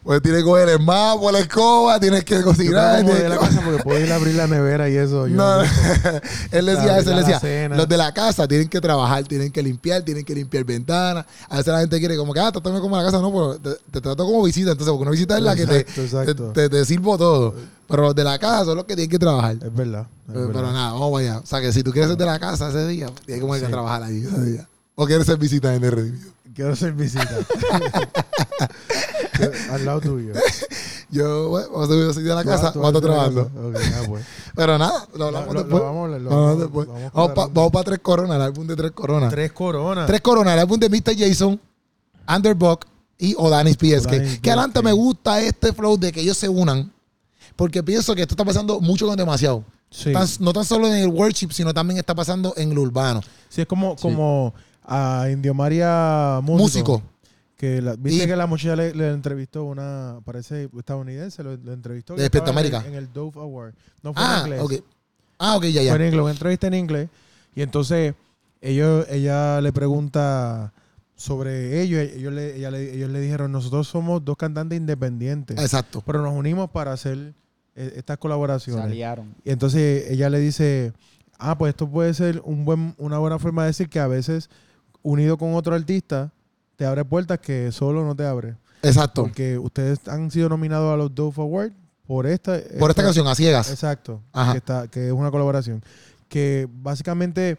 Pues tienes que coger el más por la escoba, tienes que Yo cocinar. creo como tienes de la que- casa porque puedo ir a abrir la nevera y eso. yo No, no- él decía Claro, eso, él la decía, cena. los de la casa tienen que trabajar, tienen que limpiar, tienen que limpiar ventanas. A veces la gente quiere como que, ah, trátame como la casa, no, pero te, te trato como visita, entonces porque una visita es la que te, Exacto, exacto. Eh. te- te- te sirvo todo. Pero los de la casa son los que tienen que trabajar. Eh, Es verdad. es Pero, verdad. nada, vamos allá. O sea, que si tú quieres ser de la casa ese día, pues, tienes como que Sí. trabajar allí ese día. O quieres ser visita en el redimido. Quiero ser visita. Yo- Al lado tuyo. Yo, bueno, cuando yo soy de la Tú- casa, tú cuando estoy haces una trabajando. cosa. Ok, ah, pues. Pero nada, lo Lo- hablamos lo- después. lo vamos a hablar, lo Lo hablamos vamos- después. lo vamos Vamos pa- cuadrando. Vamos para Tres Coronas, el álbum de Tres Coronas. Tres coronas. Ah. Tres coronas, el álbum de Mr. Jason, Underdog y Odanis PS. Odanis Que, que adelante PSK. me gusta este flow de que ellos se unan. Porque pienso que esto está pasando mucho con demasiado. Sí. Tan- no tan solo en el worship, sino también está pasando en lo urbano. Sí, es como, como a Indio María Músico. Músico. Que la- Viste Y- que la muchacha le, le entrevistó una, parece estadounidense, lo, lo entrevistó. De que Despierta estaba en América. el- En el Dove Award. No fue en Ah, inglés. ok. Ah, ok, ya, ya. Fue en inglés, una entrevista en inglés. Y entonces ellos, ella le pregunta sobre ellos. Ellos le, ella le- ellos le dijeron, nosotros somos dos cantantes independientes, Exacto. pero nos unimos para hacer eh, estas colaboraciones. Se aliaron. Y entonces ella le dice, ah, pues esto puede ser un buen, una buena forma de decir que a veces unido con otro artista te abre puertas que solo no te abre. Exacto. Porque ustedes han sido nominados a los Dove Awards por esta, Por esta canción, a ciegas. Exacto, Ajá. que, está, que es una colaboración. Que básicamente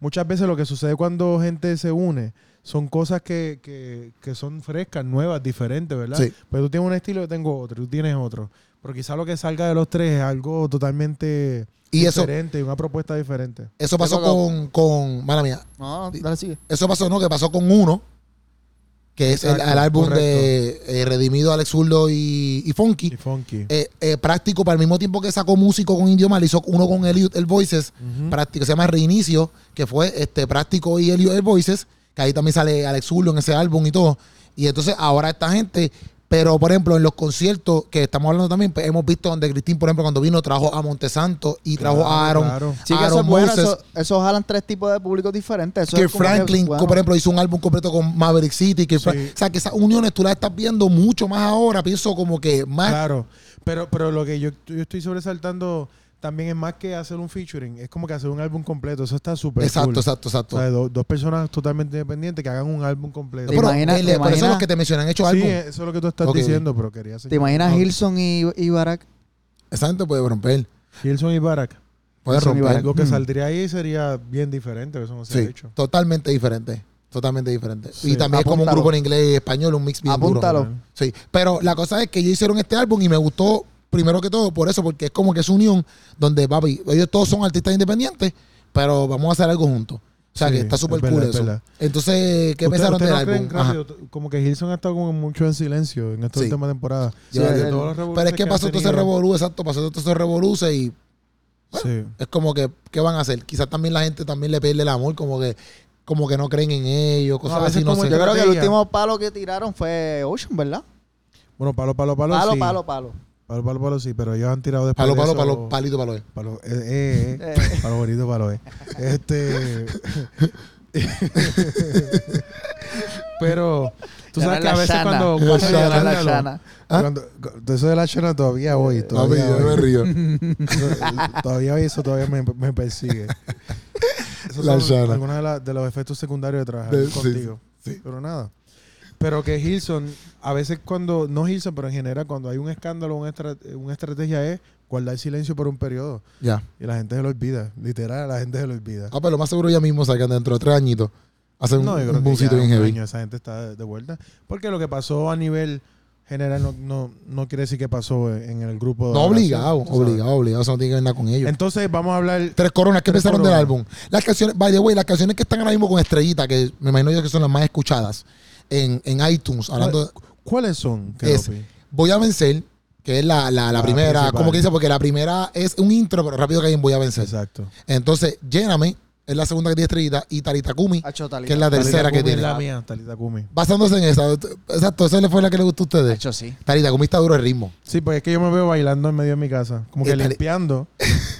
muchas veces lo que sucede cuando gente se une son cosas que, que- que son frescas, nuevas, diferentes, ¿verdad? Sí. Pero tú tienes un estilo, yo tengo otro, tú tienes otro. Pero quizá lo que salga de los tres es algo totalmente Y eso, diferente, una propuesta diferente. eso pasó Te toca- con, con. Mala mía. No, no, dale, sigue. Eso pasó, ¿no? Que pasó con uno. Que es el, Exacto, el álbum de eh, Redimido, Alex Zurdo y, y Funky. Y funky. eh, eh, práctico para el mismo tiempo que sacó músico con Indio Mal, hizo uno con Elliot el Voices, Ujú. práctico, se llama Reinicio, que fue este práctico y Elliot el Voices, que ahí también sale Alex Zurdo en ese álbum y todo. Y entonces ahora esta gente, pero por ejemplo en los conciertos que estamos hablando también, pues, hemos visto donde Cristín, por ejemplo, cuando vino trajo a Montesanto y trajo a Claro, Aaron. claro. Sí, que eso Aaron es bueno, Moses. eso, eso jalan tres tipos de públicos diferentes. Eso Kirk es como que, Franklin, bueno, que, por ejemplo, hizo un álbum completo con Maverick City. Kirk Sí. Frank- o sea, que esas uniones tú las estás viendo mucho más ahora. Pienso como que más Claro, pero, pero lo que yo, yo estoy sobresaltando también es más que hacer un featuring, es como que hacer un álbum completo, eso está súper Exacto, pues, cool. exacto, exacto. O sea, do- dos personas totalmente independientes que hagan un álbum completo. ¿Te Pero, imaginas- eh, te por eso imaginas? los que te eh, mencioné han hecho sí, álbum. eso es lo que tú estás Ok. diciendo, pero quería ¿Te imaginas No, Hilson y, y Barack? Esa gente puede romper. Gilson y Barack. Puede Eso ni romper. Barack. Lo que Mm. saldría ahí sería bien diferente, eso no se ha Sí, hecho. totalmente diferente. Totalmente diferente. Y Sí. también es como un Apúntalo. grupo en inglés y español, un mix bien duro. Apúntalo. Sí, pero la cosa es que ellos hicieron este álbum y me gustó primero que todo por eso, porque es como que es unión donde, papi, ellos todos son artistas independientes, pero vamos a hacer algo juntos. O sea, Sí, que está es súper cool verdad, es eso. verdad. Entonces, ¿qué ¿Ustedes- pensaron ustedes del no creen, álbum? Ajá. rápido, t- como que Gilson ha estado como mucho en silencio en esta Sí. última temporada. Sí, De el- todos los Pero revoluces es que han pasó todo ese tenido. revoluce, exacto, pasó todo ese revoluce y Sí. es como que qué van a hacer quizás también la gente también le pierde el amor como que como que no creen en ellos cosas No, a veces así no como sé que- Yo creo que el Estrategia. último palo que tiraron fue Ocean, ¿verdad? Bueno, palo, palo, palo. Palo, sí. palo, palo. Palo, palo, palo, sí, pero ellos han tirado después palo de palo eso- palo palito palo eh. palo, eh, eh, eh, Eh. palo bonito, palo, eh. Este... pero tú sabes que a veces cuando... La cuando- Shana, cuando- cuando- cuando- eso de la chana todavía hoy, Eh, Papi, todavía yo me hoy. río Eso- todavía eso todavía me, me persigue. Esos La son Shana. algunos de, la- de los efectos secundarios de trabajar De- sí, contigo. Pero nada. Pero que Hilson, a veces cuando, no Hilson, pero en general, cuando hay un escándalo, una, estra- una estrategia es guardar silencio por un periodo. ya Y la gente se lo olvida. Literal, la gente se lo olvida. ah pero lo más seguro ya mismo sacan dentro de tres añitos hacen un, No, yo un creo que bucito ya bien un heavy año esa gente está de- de vuelta. Porque lo que pasó a nivel general no, no, no quiere decir que pasó en el grupo. de no oración, obligado tú sabes. obligado obligado eso no tiene que ver nada con ellos Entonces vamos a hablar Tres coronas, ¿qué Tres pensaron Coronas. del álbum? Las canciones, by the way, las canciones que están ahora mismo con Estrellita, que me imagino yo que son las más escuchadas en, en iTunes, hablando ¿Cuáles son? Es- Keropi? Voy a vencer, que es la, la- la La primera, Ah, principal. como que dice, porque la primera es un intro, pero rápido que alguien voy a vencer. Exacto. Entonces, Lléname es la segunda que tiene estrellita y Taritakumi, Hacho, Ah, Talita. que es la tercera Talita que Kumi es tiene. La mía, Talita Kumi. Basándose en esa, exacto, esa le fue la que le gustó a ustedes. Hacho, sí. Taritakumi está duro el ritmo. Sí, pues es que yo me veo bailando en medio de mi casa. Como Eh, que Tali- limpiando.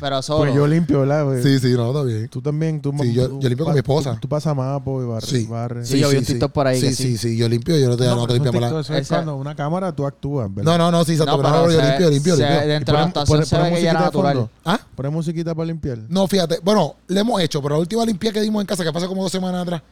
Pero solo. Ah, Pues yo limpio, ¿verdad? Pues Sí, sí, no, está bien. Tú también. Tú, Sí, yo- tú- yo limpio con pa- mi esposa. Tú, tú pasas pues, mapo y barres. Sí. barres. Sí, yo vi un TikTok por ahí Sí, que sí, sí, sí. yo limpio, yo no te, no, pero te es un limpio para TikTok, eso es Esa- cuando una cámara tú actúas, ¿verdad? No, no, no, sí, exacto, No, pero pero no, yo se- limpio, limpio, se- limpio. Dentro de Y ponemos- la actuación se ponemos ve que ella era musiquita de fondo. natural. ¿Ah? Pones musiquita para limpiar. No, fíjate, bueno, le hemos hecho, pero la última limpia que dimos en casa, que pasó como dos semanas atrás,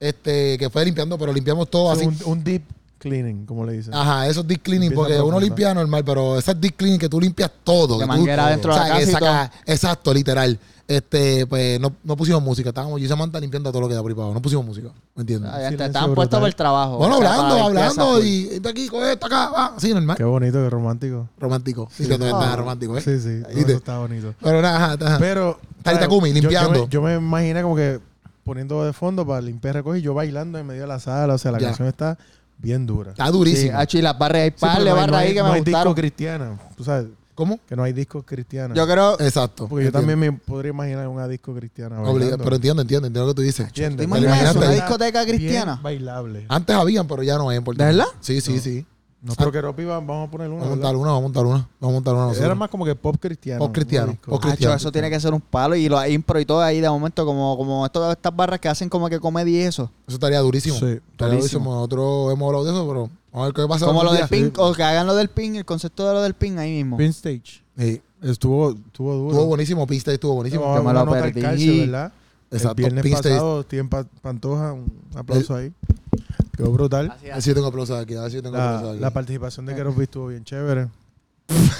este, que fue limpiando, pero limpiamos todo O así. sea, un, un deep cleaning, como le dicen. Ajá, eso es deep cleaning, Empieza porque uno profunda. limpia normal, pero esas deep cleaning que tú limpias todo. que De tú- manguera dentro de la que casa y saca- Exacto, literal. Este, pues no, no pusimos música, estábamos, yo y Samantha limpiando todo lo que da por ahí para abajo, no pusimos música, ¿me entiendes? Ay, silencio este, Estaban brutal. puestos por el trabajo. bueno, o sea, para hablando, la limpieza, pues. hablando, full. y vente aquí, coge esto acá, va, sí, normal. Qué bonito, qué romántico. Romántico, sí, que no es nada Ah. romántico, ¿eh? Sí, sí. Y no, te- eso está bonito. Pero nada, ajá, ajá. Pero. Talita claro, Kumi, yo- yo limpiando. me- Yo, me imagino como que poniendo de fondo para limpiar, recoger y yo bailando en medio de la sala. O sea, la Ya. Ah, canción está bien dura. está Sí, ah, durísimo. hacho, y las barras, hay Sí, par pero de no hay- barras no ahí hay- que no me hay discos gustaron. cristianos. Tú sabes ¿Cómo? que no hay discos cristianos. Yo creo. Exacto. porque yo entiendo. también me podría imaginar una disco cristiana. Obligado, bailando. pero entiendo, entiendo, entiendo lo que tú dices. ¿Entiendes? ¿Te imaginas Pero eso, una Ah. está discoteca bien cristiana? Bailable. Antes habían, pero ya no es. ¿De verdad? Sí, sí, sí. No, pero que Ropi va- vamos a poner una. Vamos a ¿verdad? montar una, vamos a montar una. Vamos a montar una nosotros. Era más como que pop cristiano. Pop cristiano, un disco. pop Hacho, cristiano. eso tiene que ser un palo y los impro y todo ahí de momento como, como esto- estas barras que hacen como que comedia y eso. Eso estaría durísimo. Sí, estaría durísimo. durísimo. Nosotros hemos hablado de eso, pero vamos a ver qué pasa. Como lo algún del día. ping, o que hagan lo del ping, el concepto de lo del ping ahí mismo. Pin stage. Sí. Estuvo, estuvo duro. Estuvo buenísimo, pista estuvo Estuvo buenísimo. Yo me lo bueno, perdí. Tarcalcio, ¿verdad? Exacto. El viernes Pin stage. pasado, Tiempo Pantoja, un aplauso ahí. Quedó brutal. A ver si yo tengo aplausos aquí, a ver si yo tengo La, aplausos la aquí. participación de Keropi estuvo bien chévere.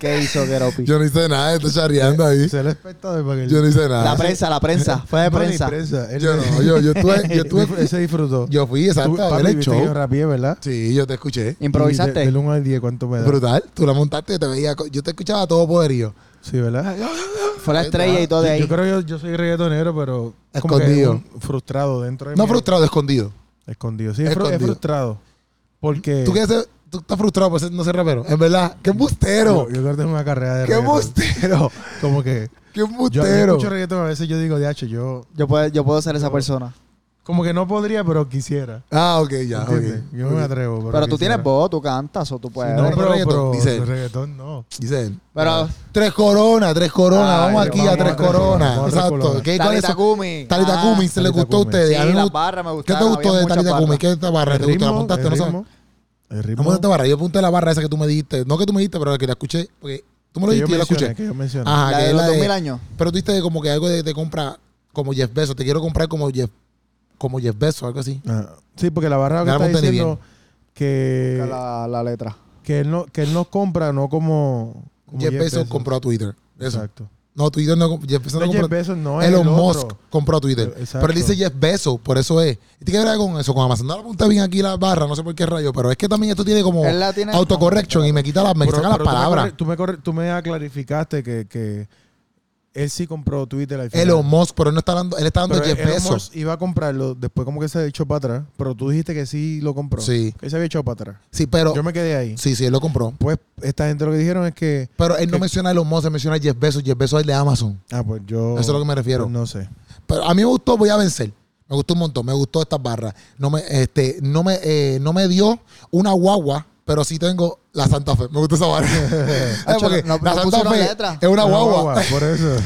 ¿Qué hizo Geropi? Yo no hice nada, estoy charreando ahí. Se el espectador para que Yo no hice La nada. prensa, la prensa. Fue de No, ni prensa. él- Yo no, yo, yo estuve, yo estuve, Él se disfrutó. yo fui exacto a ver papi, el viste que yo show. rapeé, ¿verdad? Sí, yo te escuché. ¿Improvisaste? Y de- Del 1 al 10, ¿cuánto me da? Brutal. Tú la montaste, yo te veía, co- yo te escuchaba a todo poderío. Sí, ¿verdad? Fue la estrella y todo de Yo, yo ahí. creo que yo, yo soy reggaetonero, pero... como que Escondido. un- frustrado dentro de No mí. frustrado, escondido. Escondido. Sí, es fru- es Escondido. frustrado. Porque... ¿Tú, quieres ser- tú estás frustrado por ser, no ser rapero. En verdad, qué Yo, embustero. yo creo que tengo una carrera de Qué reggaetón. embustero. Como que... Qué Yo, yo embustero. escucho reggaetón, a veces yo digo, de yo... Yo puedo, yo puedo ser esa persona. Como que no podría, pero quisiera. Ah, ok, ya. ok. ¿entiendes? Yo no me atrevo. Pero, Pero tú quisiera. tienes voz, tú cantas o tú puedes. No, Reggaetón, eh, pero, reggaetón, pero dice él. reggaetón no. Dice él. Pero Tres coronas, tres coronas. Ah, Ay, vamos aquí vamos a tres a tres coronas. coronas, vamos a tres Exacto. coronas. ¿Qué, ¿Cuál es Talita eso? Kumi. Talita Ah, Kumi, ¿se le Talita gustó a Kumi. ustedes? Sí, A mí me las gustó- barras me ¿Qué te gustaron. gustó había de muchas Talita Kumi? barras. ¿Qué te barra? El Ah, ¿Te gustó? ¿La ritmo, apuntaste? el No sé. ritmo, el No ritmo me gusta barra. Yo apunté la barra esa que tú me dijiste. No que tú me dijiste, pero que la escuché. Porque tú me lo que yo dijiste y yo la mencioné, escuché. que yo mencioné. Ajá, La que de es los 2000 años. Pero tú diste como que algo de, de compra como Jeff Bezos. Te quiero comprar como Jeff, como Jeff Bezos, algo así. Ah, Sí, porque la barra Ya que la está apunté ni diciendo que, La, la letra. que, él no, que él no compra, no como... como Jeff, Bezos, compró a Twitter. Eso. Exacto. No, Twitter no. Jeff Bezos no, No, Jeff compró. Bezos no es Elon el otro. Musk compró a Twitter. Eh, exacto. Pero él dice Jeff Bezos, por eso es. Y tiene que ver con eso, con Amazon. No la apunté bien aquí la barra, no sé por qué rayo, pero es que también esto tiene como Él la tiene- autocorrection y me quita las, me Pero- saca las pero tú me palabras. corre- Tú me, corre- tú me clarificaste que, que él sí compró Twitter al final. Elon Musk, pero él no está dando, él está dando Pero Jeff Elon Bezos. Musk iba a comprarlo, después como que se había echado para atrás, pero tú dijiste que sí lo compró. Sí. Que se había echado para atrás. Sí, pero. Yo me quedé ahí. Sí, sí, él lo compró. Pues esta gente lo que dijeron es que, Pero él no Que- menciona a Elon Musk, él menciona a Jeff Bezos. Jeff Bezos es el de Amazon. ah, pues yo... Eso es a lo que me refiero. pues no sé. Pero a mí me gustó, voy a vencer. Me gustó un montón, me gustó estas barras. No me, este, no me, eh, no me dio una guagua, pero sí tengo la Santa Fe. Me gustó esa barra. Eh, Hacho, porque no- no la Santa pusieron Fe letra. es una Una guagua. por eso.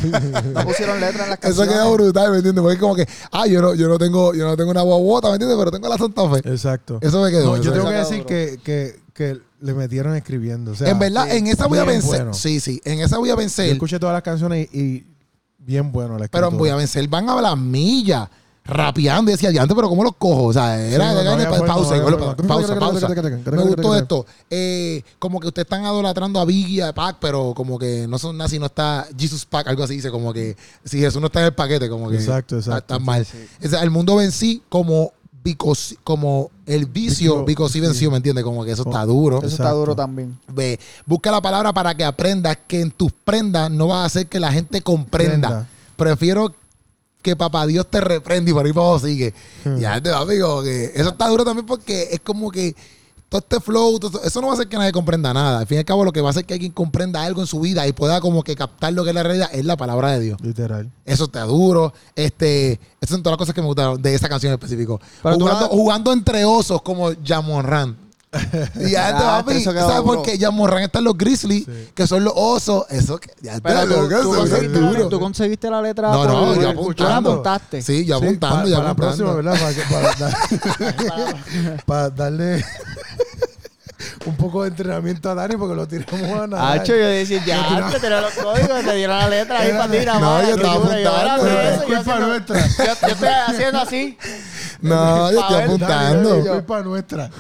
No pusieron letra en las Eso canciones. queda brutal, ¿me entiendes? Porque es como que, ah, yo no, yo no tengo, yo no tengo una guaguota, ¿me entiendes? Pero tengo la Santa Fe. Exacto. Eso me quedó. Eh, No, yo eso tengo me que quedó. decir que, que, que le metieron escribiendo. o sea, en verdad, sí, en esa voy a bien vencer. bueno. Sí, sí, en esa voy a yo vencer. escuché todas las canciones y, y bien bueno la Pero escritura. en voy a vencer, van a las millas. Rapeando y decía adiante, pero ¿cómo los cojo? O sea, era Sí, no, no había pa- forma, pausa, no había pausa, forma. pausa, pausa. Me gustó esto. esto. Eh, como que ustedes están idolatrando a Biggie y a Pac, pero como que no son nazis, no está Jesus Pac, algo así dice, como que si Jesús no está en el paquete, como que Exacto, está- exacto. está mal. O sea, el mundo vencí como because- como el vicio, Vicio, because sí venció, ¿me entiendes? Como que eso está duro. Eso está Exacto. duro también. Ve, busca la palabra para que aprendas que en tus prendas no vas a hacer que la gente comprenda. Prenda. Prefiero que papá Dios te reprenda y por ahí para abajo sigue. Ya te va, amigo. Que eso está duro también porque es como que todo este flow, todo esto- eso no va a hacer que nadie comprenda nada. Al fin y al cabo, lo que va a hacer que alguien comprenda algo en su vida y pueda como que captar lo que es la realidad es la palabra de Dios. Literal. Eso está duro. Este, esas son todas las cosas que me gustaron de esa canción en específico. Pero tú Jugando, no- jugando entre osos como Jamorran. Y ya te Ah, papi, eso quedó ¿sabes duro. por qué? Jamorran están los grizzlies, Sí. que son los osos. Eso que, ya te Pero lo tú, que tú eso es conseguiste la- duro. tú conseguiste la letra. No, no, por- yo Tú la apuntando. apuntaste. Sí, yo Sí, apuntando, pa- yo para la próxima, apuntando. ¿verdad? Para, que- para dar- para darle un poco de entrenamiento a Dani porque lo tiramos a nada. Hacho, Ah, yo decía, ya, te tiré los códigos, te dieron la letra ahí para ti, No, nada más, yo qué estaba duro, yo, apuntando, era pero grueso, es yo culpa haciendo- nuestra. Yo, yo estoy haciendo así. No, yo estoy Pa' ver, Dani, apuntando. Es culpa nuestra.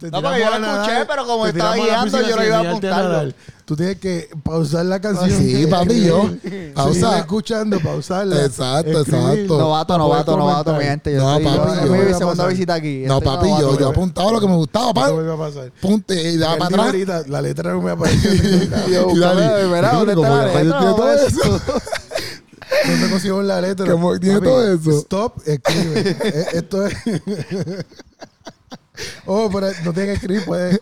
Te No, porque yo tiramos a la nadar, escuché, pero como te estaba tiramos a la guiando, piscina yo no sin iba a enseñarte apuntarlo. nadar. Tú tienes que pausar la canción. Ah, Sí, papi, yo. Pausar. Pausar. escuchando, pausarla. Exacto, escribir. exacto. Novato, Para poder novato, novato, mi comentar. gente. Yo No, estoy- papi, es yo- mi yo- segunda visita aquí. No, estoy papi, novato. yo, yo he apuntado lo que me gustaba, No pan. vuelve a pasar. Punte y daba El para atrás. librita, La letra no me apareció. Yo, Y Dani, "Ustedes, ¿verdad? yo ¿Dónde como está la que yo letra? tiene No todo ves". eso. No te consigo la letra. Como tiene Papi, todo eso. Stop, escribe. Eh, Esto es. oh, pero no tienes que escribir, puedes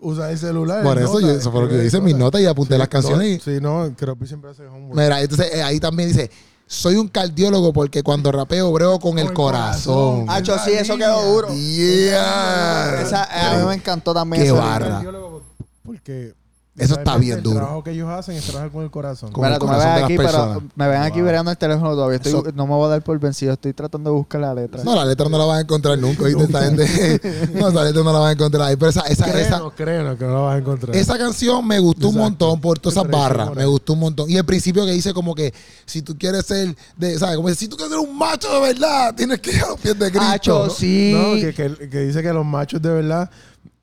usar el celular. Por eso, yo, eso fue lo que yo hice en mis notas y apunté las canciones y Sí, no, creo que siempre hace homework. Mira, entonces eh, ahí también dice, soy un cardiólogo porque cuando rapeo breo con el el corazón. corazón. Hacho, sí, eso quedó duro. Yeah. Esa- a mí me encantó también. Qué esa barra. letra. Cardiólogo, Porque. Eso está realmente bien el duro. trabajo que ellos hacen es trabajar con el corazón. Con- el Mira, tú me ves corazón de aquí, las pero personas. me ven aquí Wow. mirando el teléfono todavía. Estoy- Eso- No me voy a dar por vencido. Estoy tratando de buscar la letra. No, la letra no la vas a encontrar nunca, ¿viste? Esta gente- no, esa letra no la vas a encontrar ahí. Pero esa, esa, esa, Créenos, créenos que no lo vas a encontrar. esa canción me gustó un Exacto. montón por todas esas Pero eso barras. mola. Me gustó un montón. Y el principio que dice como que si tú quieres ser, de, ¿sabes? Como dice, si tú quieres ser un macho de verdad, tienes que ir a los pies de Cristo. Hacho, sí. No, que, que- que dice que los machos de verdad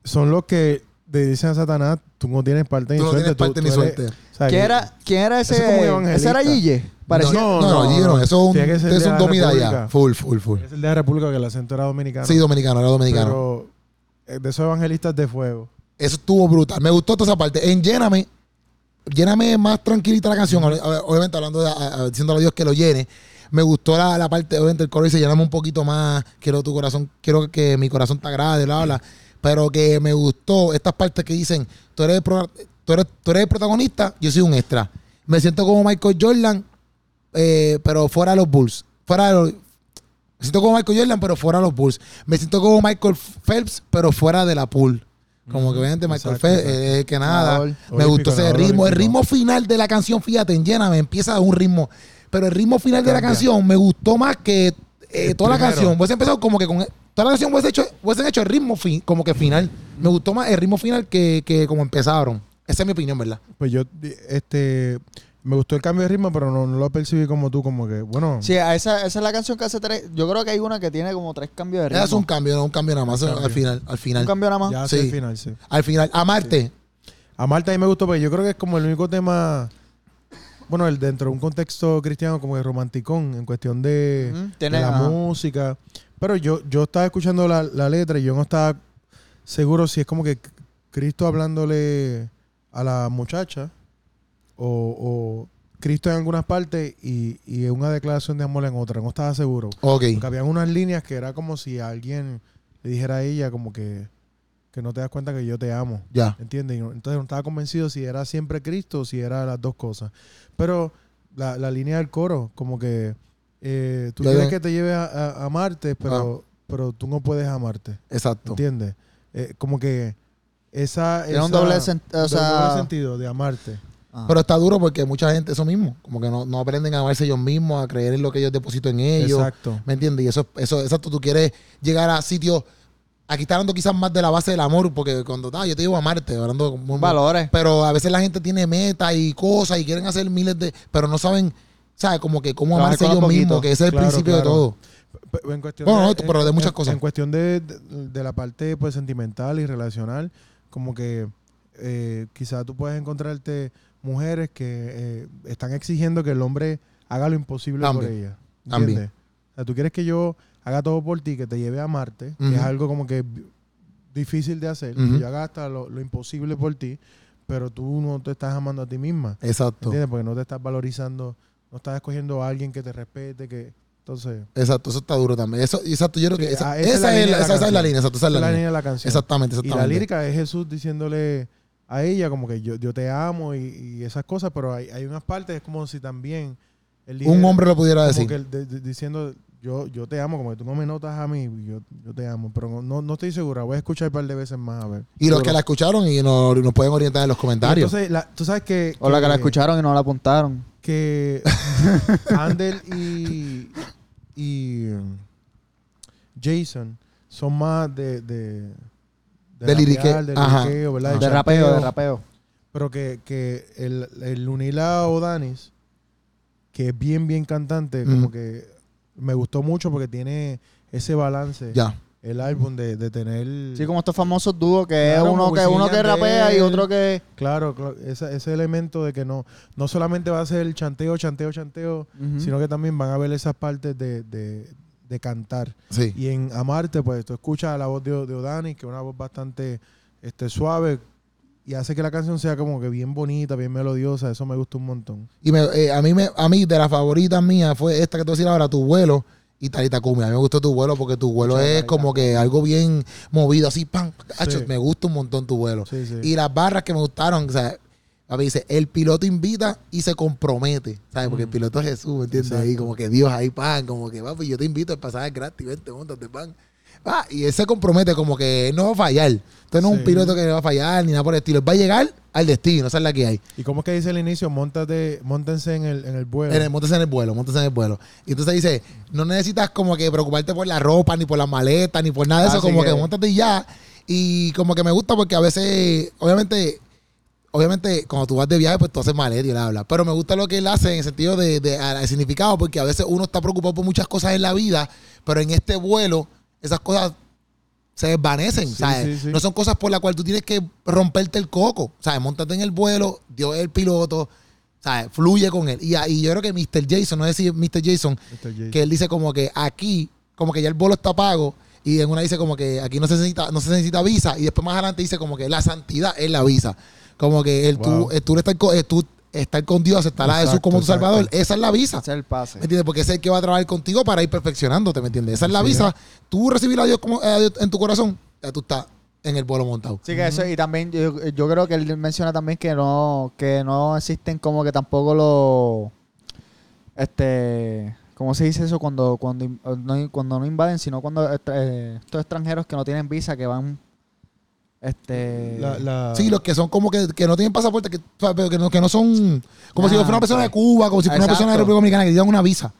son los que le dicen a Satanás, tú no tienes parte ni Tú no suerte. tienes parte ni eres- suerte. o sea, ¿Quién que- era, quién era Eso es como un ese? evangelista. ¿Ese era Gille? Parecía. No, No, no, no, Gino, no. eso es un, Tiene que ser eso es de un la domina ya. República. Full, full, full. Es el de la República que el acento era dominicano. Sí, dominicano, era dominicano. Pero eh, de esos evangelistas de fuego. Eso estuvo brutal. Me gustó toda esa parte. En Lléname, Lléname es más tranquilita la canción. Ob- ob- Obviamente, hablando de, a- a- diciéndole a Dios que lo llene. Me gustó la, la parte, obviamente, el coro dice: Lléname un poquito más. Quiero tu corazón, quiero que mi corazón te agrade, bla, bla. Pero que me gustó estas partes que dicen: tú eres, el pro- tú, eres, tú eres el protagonista, yo soy un extra. Me siento como Michael Jordan, eh, pero fuera de los Bulls. Fuera de los. Me siento como Michael Jordan, pero fuera de los Bulls. Me siento como Michael Phelps, pero fuera de la pool. Como que obviamente Michael Exacto, Phelps, exacto. eh, que nada. Nadador. me Olímpico, gustó ese nadador ritmo. El olímpico. ritmo final de la canción, fíjate, en Lléname empieza a un ritmo. Pero el ritmo final de la Cambia. canción me gustó más que eh, El toda la primero. canción. Hubiese empezado como que con. Toda la canción hubiese hecho, hubiesen hecho el ritmo fin, como que final. Me gustó más el ritmo final que, que como empezaron. Esa es mi opinión, ¿verdad? Pues yo, di- este, me gustó el cambio de ritmo, pero no, no lo percibí como tú, como que, bueno, Sí, a esa, esa es la canción que hace tres. Yo creo que hay una que tiene como tres cambios de ritmo. Es un cambio, no un cambio nada más. Al cambio. final, al Un final. cambio nada más. ya hace sí. el final, sí. Al final. Amarte. A Marta a mí me gustó, porque yo creo que es como el único tema, bueno, el dentro de un contexto cristiano como de romanticón, en cuestión de, Ujú, de tiene- la ajá. música. Pero yo, yo estaba escuchando la, la letra y yo no estaba seguro si es como que C- Cristo hablándole a la muchacha o, o Cristo en algunas partes y, y una declaración de amor en otra. No estaba seguro. Ok. Porque habían unas líneas que era como si alguien le dijera a ella como que, que no te das cuenta que yo te amo. Ya. ¿Entiendes? Y no- Entonces no estaba convencido si era siempre Cristo o si era las dos cosas. Pero la, la línea del coro, como que eh, tú Ya, quieres ya. que te lleve a, a- a amarte, pero, Ah. pero tú no puedes amarte. Exacto. ¿Entiendes? Eh, como que esa... Tiene un esa- doble sen- o de un sea- doble sentido de amarte. Ajá. Pero está duro porque mucha gente eso mismo, como que no, no aprenden a amarse ellos mismos, a creer en lo que ellos depositan en ellos. Exacto. ¿Me entiendes? Y eso, eso, exacto, tú quieres llegar a sitios, aquí está hablando quizás más de la base del amor, porque cuando ah, yo te digo amarte, hablando como- Valores. Pero a veces la gente tiene metas y cosas y quieren hacer miles de, pero no saben, ¿sabes? Como que cómo Trabajar amarse con lo ellos mismos, poquito. que ese es el Claro, principio de claro. todo. P- en cuestión Bueno, no, pero de muchas en- cosas. En cuestión de, de- de la parte pues, sentimental y relacional, como que eh, quizás tú puedes encontrarte mujeres que eh, están exigiendo que el hombre haga lo imposible También. por ella. También. ¿Entiendes? O sea, tú quieres que yo haga todo por ti, que te lleve a Marte, que es Ujú. algo como que bi- difícil de hacer, Ujú. que yo haga hasta lo, lo imposible por ti, pero tú no te estás amando a ti misma. Exacto. ¿Entiendes? Porque no te estás valorizando, no estás escogiendo a alguien que te respete, que Entonces, Exacto, eso está duro también. Eso, exacto, yo creo que Sí, esa, ah, esa es esa la es, línea la, de esa, la esa es la canción. línea, exacto, esa es la, línea. de la canción. Exactamente, Y la exactamente. lírica es Jesús diciéndole a ella como que yo, yo te amo y, y esas cosas, pero hay, hay unas partes es como si también él Un dijera- hombre lo pudiera como decir. que él de- de- diciendo yo, yo te amo, como que tú no me notas a mí, yo, yo te amo, pero no, no estoy segura, voy a escuchar un par de veces más a ver. y los que Seguro. la escucharon y nos, nos pueden orientar en los comentarios. Entonces, la- tú sabes que... eh, O la que la escucharon y no la apuntaron. que Andel y, y Jason son más de de, De lirique- rapear, de ajá, liriqueo, ¿verdad? ajá. De chanteo, rapeo, de rapeo. Pero que, que el, el Unila Odanis, que es bien, bien cantante, como Mm. que me gustó mucho porque tiene ese balance, ya. el álbum de, de tener... Sí, como estos famosos dúos que es Claro, uno como que, Wisin uno y que rapea y Yandel. otro que... Claro, claro, esa- ese elemento de que no, no solamente va a ser el chanteo, chanteo, chanteo, Ujú. sino que también van a ver esas partes de, de- de cantar. Sí. Y en Amarte, pues tú escuchas la voz de, de Odani, que es una voz bastante este, suave y hace que la canción sea como que bien bonita, bien melodiosa. Eso me gusta un montón. Y me- eh, a, mí me, a mí, de las favoritas mías, fue esta que te voy a decir ahora, Tu Vuelo y Tarita Kumi. A mí me gustó Tu Vuelo porque Tu Vuelo Mucho de es Tarita como que algo bien movido, así, pam. Acho, Me gusta un montón Tu Vuelo. Sí, sí. Y las barras que me gustaron, o sea, a mí dice, el piloto invita y se compromete, ¿sabes? Mm. Porque el piloto es Jesús, ¿me entiendes? Ahí como que Dios, ahí pan, como que, papi, yo te invito a pasar gratis, vente, montate pan. Ah, y él se compromete como que él no va a fallar. Entonces no es un Sí. piloto que va a fallar ni nada por el estilo. Él va a llegar al destino, esa es la que hay. ¿Y cómo es que dice el inicio? Móntate, móntense en el, en el vuelo. En el- montes en el vuelo, montes en el vuelo. Y entonces dice, no necesitas como que preocuparte por la ropa, ni por las maletas, ni por nada de eso, Así como que, que- montate y ya. Y como que me gusta porque a veces, obviamente, obviamente cuando tú vas de viaje, pues tú haces maleta y él habla. Pero me gusta lo que él hace en el sentido de, de- a- el significado, porque a veces uno está preocupado por muchas cosas en la vida, pero en este vuelo, esas cosas se desvanecen, Sí, ¿sabes? sí, sí. No son cosas por las cuales tú tienes que romperte el coco, ¿sabes? Montate en el vuelo, Dios es el piloto, ¿sabes? Fluye con él. Y, ahí yo creo que Mr. Jason, no sé si Mr. Jason, Mr. Jason. que él dice como que aquí, como que ya el bolo está pago, y en una dice como que aquí no se necesita, no se necesita visa, y después más adelante dice como que la santidad es la visa. Como que el tú, Wow. el tú estar con, el tú estar con Dios, aceptar a Jesús Exacto, como tu exacto. salvador, esa es la visa. Ese es el pase. ¿Me entiendes? Porque ese es el que va a trabajar contigo para ir perfeccionándote, ¿me entiendes? Esa es la Así visa. Tú recibir a Dios, como, a Dios en tu corazón, ya tú estás en el bolo montado. Sí, que eso, y también yo, yo creo que él menciona también que no, que no existen como que tampoco los este ¿cómo se dice eso? cuando, cuando, in- eh, no, cuando no invaden, sino cuando eh, estos extranjeros que no tienen visa, que van este La- la- Sí, los que son como que, que no tienen pasaporte, que, pero que, no, que no son. Como si Ah, yo fuera una persona de ok. Cuba, como si fuera una persona de Exacto. República Dominicana que te dan una visa.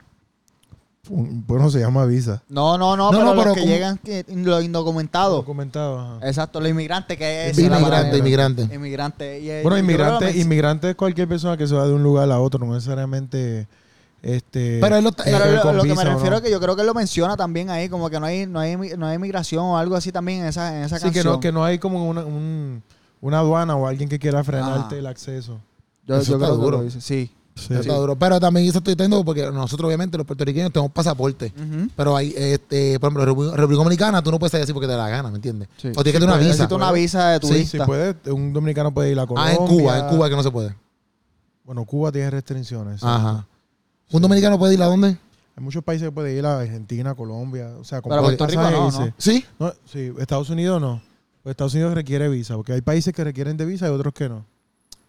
un- bueno, se llama Visa. No, no, no, No, pero, no, pero los que como- llegan que- los indocumentados. Documentado, ajá. Exacto, los inmigrantes que es esa es la Inmigrante, palabra. inmigrante. Inmigrante. Y, eh, Bueno, yo creo que inmigrante, lo men- inmigrante es cualquier persona que se va de un lugar a otro, no necesariamente este Pero él lo está- tiene Pero ver lo, con lo que me visa o no. refiero es que yo creo que lo menciona también ahí, como que no hay, no hay, emi- no hay migración o algo así también en esa, en esa Sí, que canción. no, que no hay como una, un- una aduana o alguien que quiera frenarte Ajá. el acceso. Yo, Eso yo está creo duro. que lo dice, sí. Sí. Está duro. Pero también eso estoy teniendo porque nosotros, obviamente, los puertorriqueños tenemos pasaporte. Ujú. Pero hay, este, por ejemplo, República República Dominicana, tú no puedes salir así porque te da la gana, ¿me entiendes? Sí. pues, O tienes que tener una visa. Necesito una visa de Sí, turista. Si puede, un dominicano puede ir a Colombia. Ah, en Cuba, en Cuba que no se puede. Bueno, Cuba tiene restricciones. sí. Ajá. ¿Un dominicano puede ir a dónde? Hay muchos países que pueden ir a Argentina, Colombia, o sea, Pero comprar Puerto Rico pasajes no, y se- ¿no? Sí. No, sí, Estados Unidos no. Pues Estados Unidos requiere visa, porque hay países que requieren de visa y otros que no.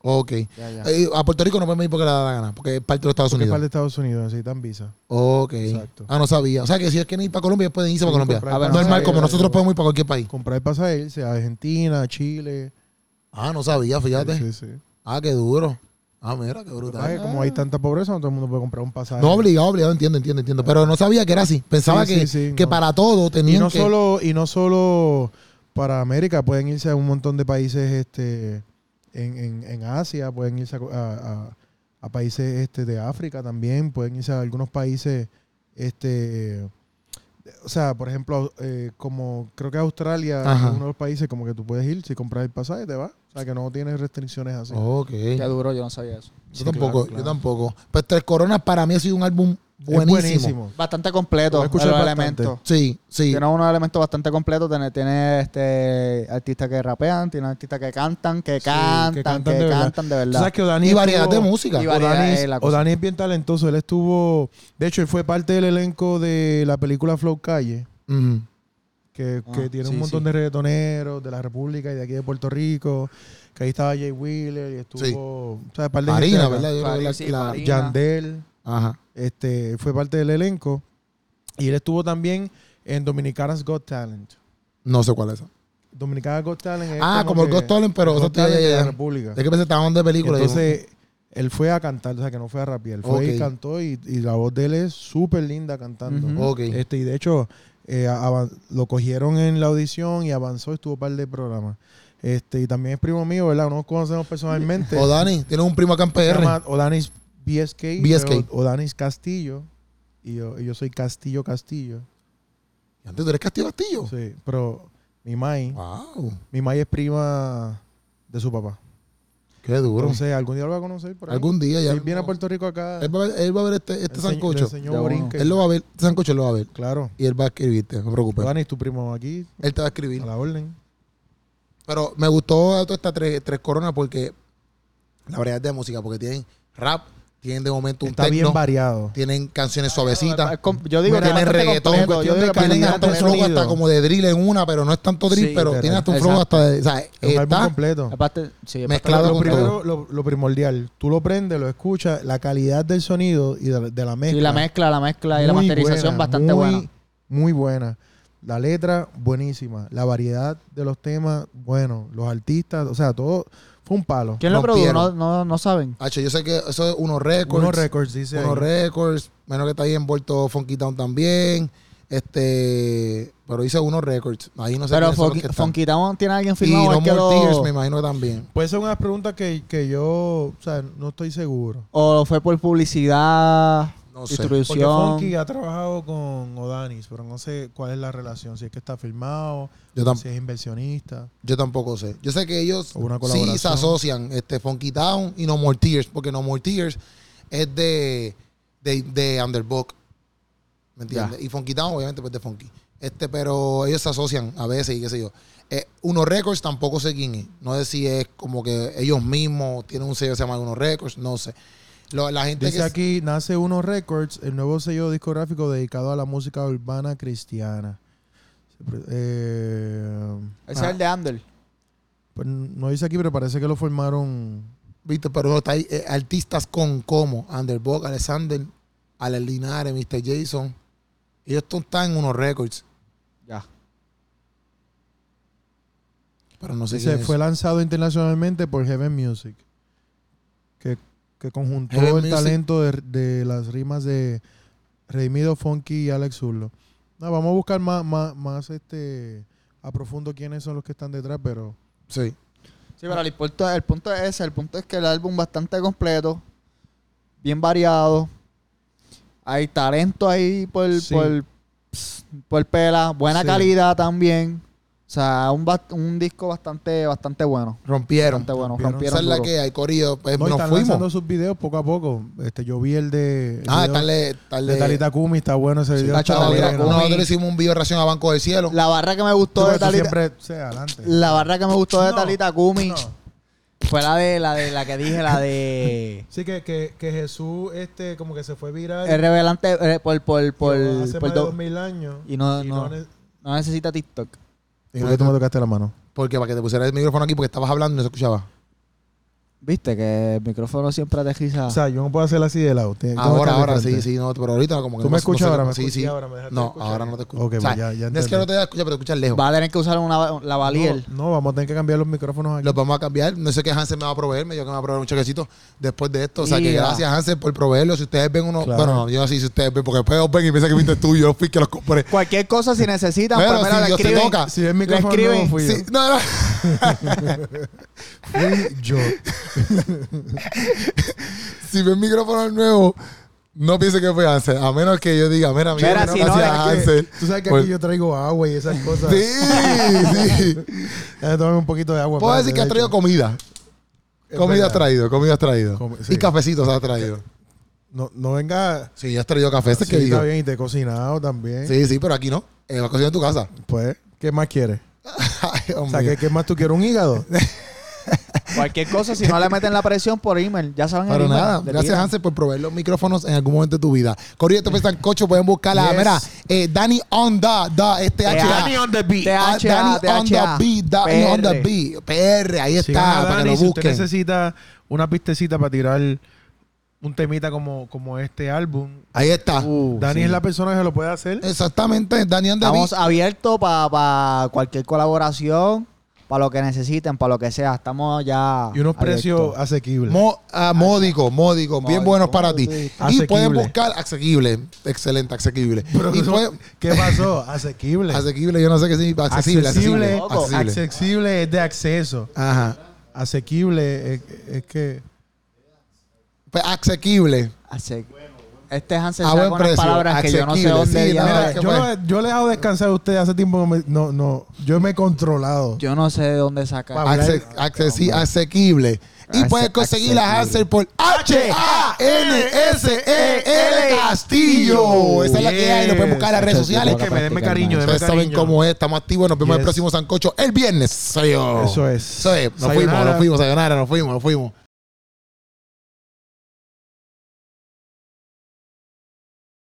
Ok. Ya, ya. Eh, a Puerto Rico no podemos ir porque le da la gana, porque es parte de los Estados Porque es Unidos. parte de Estados Unidos necesitan visa. Ok. Exacto. Ah, no sabía. O sea que si ellos quieren ir para Colombia, pueden irse para Sí, Colombia. comprar Ah, bueno, Normal, sí, como sí, nosotros podemos ir para cualquier país. Comprar el pasaje, irse a Argentina, Chile. Ah, no sabía, fíjate. Sí, sí. Ah, qué duro. Ah, mira, qué Lo que pasa es brutal. que como hay tanta pobreza, no todo el mundo puede comprar un pasaje. No obligado, obligado, entiendo, entiendo, entiendo. Pero no sabía que era así. Pensaba Sí, que, sí, sí, que no. para todo y tenían no que... solo y no solo para América pueden irse a un montón de países este en, en- en Asia pueden irse a, a- a- a países este de África también pueden irse a algunos países este o sea por ejemplo eh, como creo que Australia Ajá. es uno de los países como que tú puedes ir si compras el pasaje te vas o sea que no tienes restricciones así Ok. Oh, Qué duro, yo no sabía eso. Yo Sí, tampoco, claro, yo claro. tampoco. Pues Tres Coronas para mí ha sido un álbum buenísimo. Bastante completo Lo he el escuchado bastante. elemento. Sí, sí. Tiene unos elementos bastante completos. Tiene, tiene, este, artistas que rapean, tiene artistas que cantan, que cantan, que cantan de verdad. Tú sabes que Odani Y variedad estuvo- de música. Y va- variedad Odani, Eh, es la cosa. Odani es bien talentoso. Él estuvo. De hecho, él fue parte del elenco de la película Flow Calle, Ujú. que, Ah, que tiene sí, un montón sí. de reggaetoneros de la República y de aquí de Puerto Rico. Que ahí estaba Jay Wheeler y estuvo. o sea, un par de gente Marina, acá. ¿verdad? Yo creo que la- Sí, la- Marina. Yandel. Ajá. Este, fue parte del elenco. Y él estuvo también en Dominicanas Got Talent. No sé cuál es esa. Dominicanas Got Talent es Ah, como el que- Ghost Talent, pero Got eso Talent de la te República. Es que pensé estaban de película. Entonces, él fue a cantar, o sea, que no fue a rapear. Él fue Ok. y cantó y, y la voz de él es súper linda cantando. Ujú. "Mm, Ok. Este, y de hecho, eh, avan- lo cogieron en la audición y avanzó, estuvo un par de programas. Este, y también es primo mío, ¿verdad? No nos conocemos personalmente. o Dani, tienes un primo acá en Se PR. llama Odanis BSK. BSK. pero Odanis Castillo. Y yo, y yo soy Castillo Castillo. Antes tú eres Castillo Castillo. Sí, pero mi mai, Ah. Wow. mi mai es prima de su papá. Qué duro. Entonces, algún día lo va a conocer por ahí. Algún día ya. Si él viene a Puerto Rico acá. Él va a ver, él va a ver este, este Enseñ- sancocho. le enseñó Ya, bueno. Borinquen. Él lo va a ver. Este sancocho lo va a ver. Claro. Y él va a escribirte, no te preocupes. Dani, tu primo aquí, Él te va a a escribir. la orden. Pero me gustó todas estas tres, tres coronas porque la variedad de música, porque tienen rap, tienen de momento un Está bien techno, variado. Ah, tienen canciones suavecitas. Es com- Yo digo que tienen es bastante reggaetón, completo, cuestión yo de digo que que tienen hasta bastante un flow completo. hasta como de drill en una, pero no es tanto drill, Sí, pero literal. tiene hasta un flow Exacto. hasta de, o sea, Es un álbum está completo. Aparte, sí, es Mezclado bastante Lo con completo. primero, lo, lo primordial, tú lo prendes, lo escuchas, la calidad del sonido y de, de la mezcla. Y la mezcla, la mezcla y la muy buena, masterización bastante muy, buena. Muy buena. La letra, buenísima. La variedad de los temas, bueno. Los artistas, o sea, todo fue un palo. ¿Quién lo produjo? No, rompieron. no, no saben. Hacho, yo sé que eso es uno récords. Unos récords, dice. Unos ahí. Records, menos que está ahí envuelto Funky Town también. Este, pero hice unos Records. Ahí no sé Pero quiénes son los Funky que están. Funky Town tiene alguien Y firmado. No es que More lo- Tears, me imagino que también. Puede ser una pregunta que, que yo, o sea, no estoy seguro. O fue por publicidad, No sé. Porque distribución. Funky ha trabajado con Odanis, pero no sé cuál es la relación. Si es que está firmado, Yo, tam- si es inversionista. yo tampoco sé. Yo sé que ellos O una sí se colaboración. asocian este, Funky Town y No More Tears, porque No More Tears es de, de, de Underbook. ¿Me entiendes? Y Funky Town, obviamente, pues de Funky. Este, pero ellos se asocian a veces y qué sé yo. Eh, Uno Records tampoco sé quién es. No sé si es como que ellos mismos tienen un sello que se llama Uno Records, no sé. Lo- la gente Dice que aquí, nace Uno Records, el nuevo sello discográfico dedicado a la música urbana cristiana. Eh, Ese Ah. es el de Ander. pues no dice aquí, pero parece que lo formaron. Viste, pero está ahí eh, artistas con como Underbog, Alexander, Alex Linares, Mr. Jason. Ellos to- están en unos récords, Ya. pero no sé Dice, quién es. fue lanzado internacionalmente por Heaven Music, que, que conjuntó Heaven Music. el talento de, de las rimas de Redimido Funky y Alex Zurlo. No, vamos a buscar más, más, más este, a profundo quiénes son los que están detrás, pero Sí. Sí, pero el punto, el punto es ese. El punto es que el álbum bastante completo, bien variado. Hay talento ahí por, Sí. por, ps- por pela, buena Sí. calidad también. O sea, un, bas- un disco bastante bastante bueno. Rompieron. Bastante bueno, rompieron. rompieron. Esa es la duro. que hay, Corillo. Pues no, y nos están lanzando fuimos. sus videos poco a poco. Este, yo vi el de, el Ah, video dale, de Talita Kumi, está bueno ese video. Nacho está Talita bueno. Kumi. Nosotros le hicimos un video de reacción a Banco del Cielo. La barra que me Tú, gustó de eso Talita, siempre, sí, adelante. la barra que me gustó de No, Talita Kumi No. fue la de la de la que dije, la de Sí, que, que, que Jesús este, como que se fue viral. el revelante eh, por por por, hace por más de do- 2000 años. y no y no, ne- no necesita TikTok. ¿Por qué tú me tocaste la mano? Porque para que te pusieras el micrófono aquí, porque estabas hablando y no se escuchaba. Viste que el micrófono siempre aterriza. O sea, yo no puedo hacer así de lado. Te- tengo que Ahora, estar de ahora, sí, frente. sí, no, pero ahorita como que ¿Tú no me sé- no escuchas sé- ahora? ¿Me Sí, escuchas sí. ahora? ¿Me dejaste No, escuchar? ahora no te escucho. Ok, pues O sea, no ya- ya es que entendí. no te escuchas, pero escuchas lejos. Va a tener que usar una, la valier. No, no, vamos a tener que cambiar los micrófonos aquí. Los vamos a cambiar. No sé qué Hansel me va a proveer. Me dijo que me va a proveer un chequecito después de esto. O sea, que Ya. gracias, Hansel, por proveerlo. Si ustedes ven uno. Claro. Bueno, no, yo sí, si ustedes ven, porque después ven y piensan que viste el tuyo. Yo fui que los compré. Cualquier cosa si necesitan, Pero pues, mira, si le Dios te escriben. toca. Si el Le micrófono escriben, nuevo fui yo. Sí, no, no. Fui yo. Si ven micrófono nuevo, no piense que fue Hansel. A menos que yo diga, mira, mira, Mira, mira, si no, gracias, es que- Hansel. Tú sabes que Pues- aquí yo traigo agua y esas cosas. Sí, sí. Déjame tomar un poquito de agua. Puedo espérate, decir que has de traído hecho. comida. Es Comida has verdad. traído, comida has traído. Comi- Y sí. cafecitos has traído. No, no venga. Sí, ya has traído café, ese Pues Sí, este que digo. está bien, y te he cocinado también. Sí, sí, pero aquí no. En la cocina de tu casa. Pues, ¿qué más quieres? Ay, Dios O sea, mío. ¿qué, qué más tú quieres? ¿Un hígado? Cualquier cosa, si no le meten la presión por email, ya saben. el Pero email, nada, le gracias tiran. Hansel por proveer los micrófonos en algún momento de tu vida. Corriente Pestan Cocho, pueden buscarla. Yes. Mira, eh, Dani on the, the, este H. Eh, Dani on the beat. Dani THA, on the THA. beat. Dani on the PR. beat. PR, ahí Sigan a está, para que lo Dani, si usted busquen. necesita una pistecita para tirar un temita como, como este álbum, Ahí está. Uh, Dani sí. es la persona que lo puede hacer. Eh, Exactamente, Dani on the Estamos beat. abiertos para cualquier colaboración, para lo que necesiten, para lo que sea. Estamos ya. Y unos precios abiertos. asequibles. Mo- ah, módico, módico, bien Módico, buenos para ti. sí. Y Asequible. pueden buscar asequible, excelente, asequible. Pero y eso- pueden- ¿Qué pasó? Asequible. asequible, yo no sé qué significa, accesible, accesible, Accesible. Loco, accesible. Accesible es de acceso. Ajá. Asequible es, es que. Pues, asequible. Así- Este Hansel A saca buen unas precio, palabras que yo no sé asequible, dónde. sí, eh. ya- nada, Mira, ¿qué yo, Ah, fue? lo- yo le he dejado descansar a usted hace tiempo. que me- no, no. Yo me he controlado. yo no sé de dónde saca. Vamos. Hablar- Acce- accesi- asequible. Y Ace- puedes conseguir las accesible. Hansel por H-A-N-S-E-L E Castillo. Esa es la que hay. Lo pueden buscar en las redes sociales. Que me denme cariño, denme Ustedes saben cariño. cómo es. Estamos activos. Nos vemos en el Yes. próximo Sancocho el viernes. Eso Eso es. Eso es. Nos fuimos, Sayonara. nos fuimos, sayonara, nos fuimos, nos fuimos.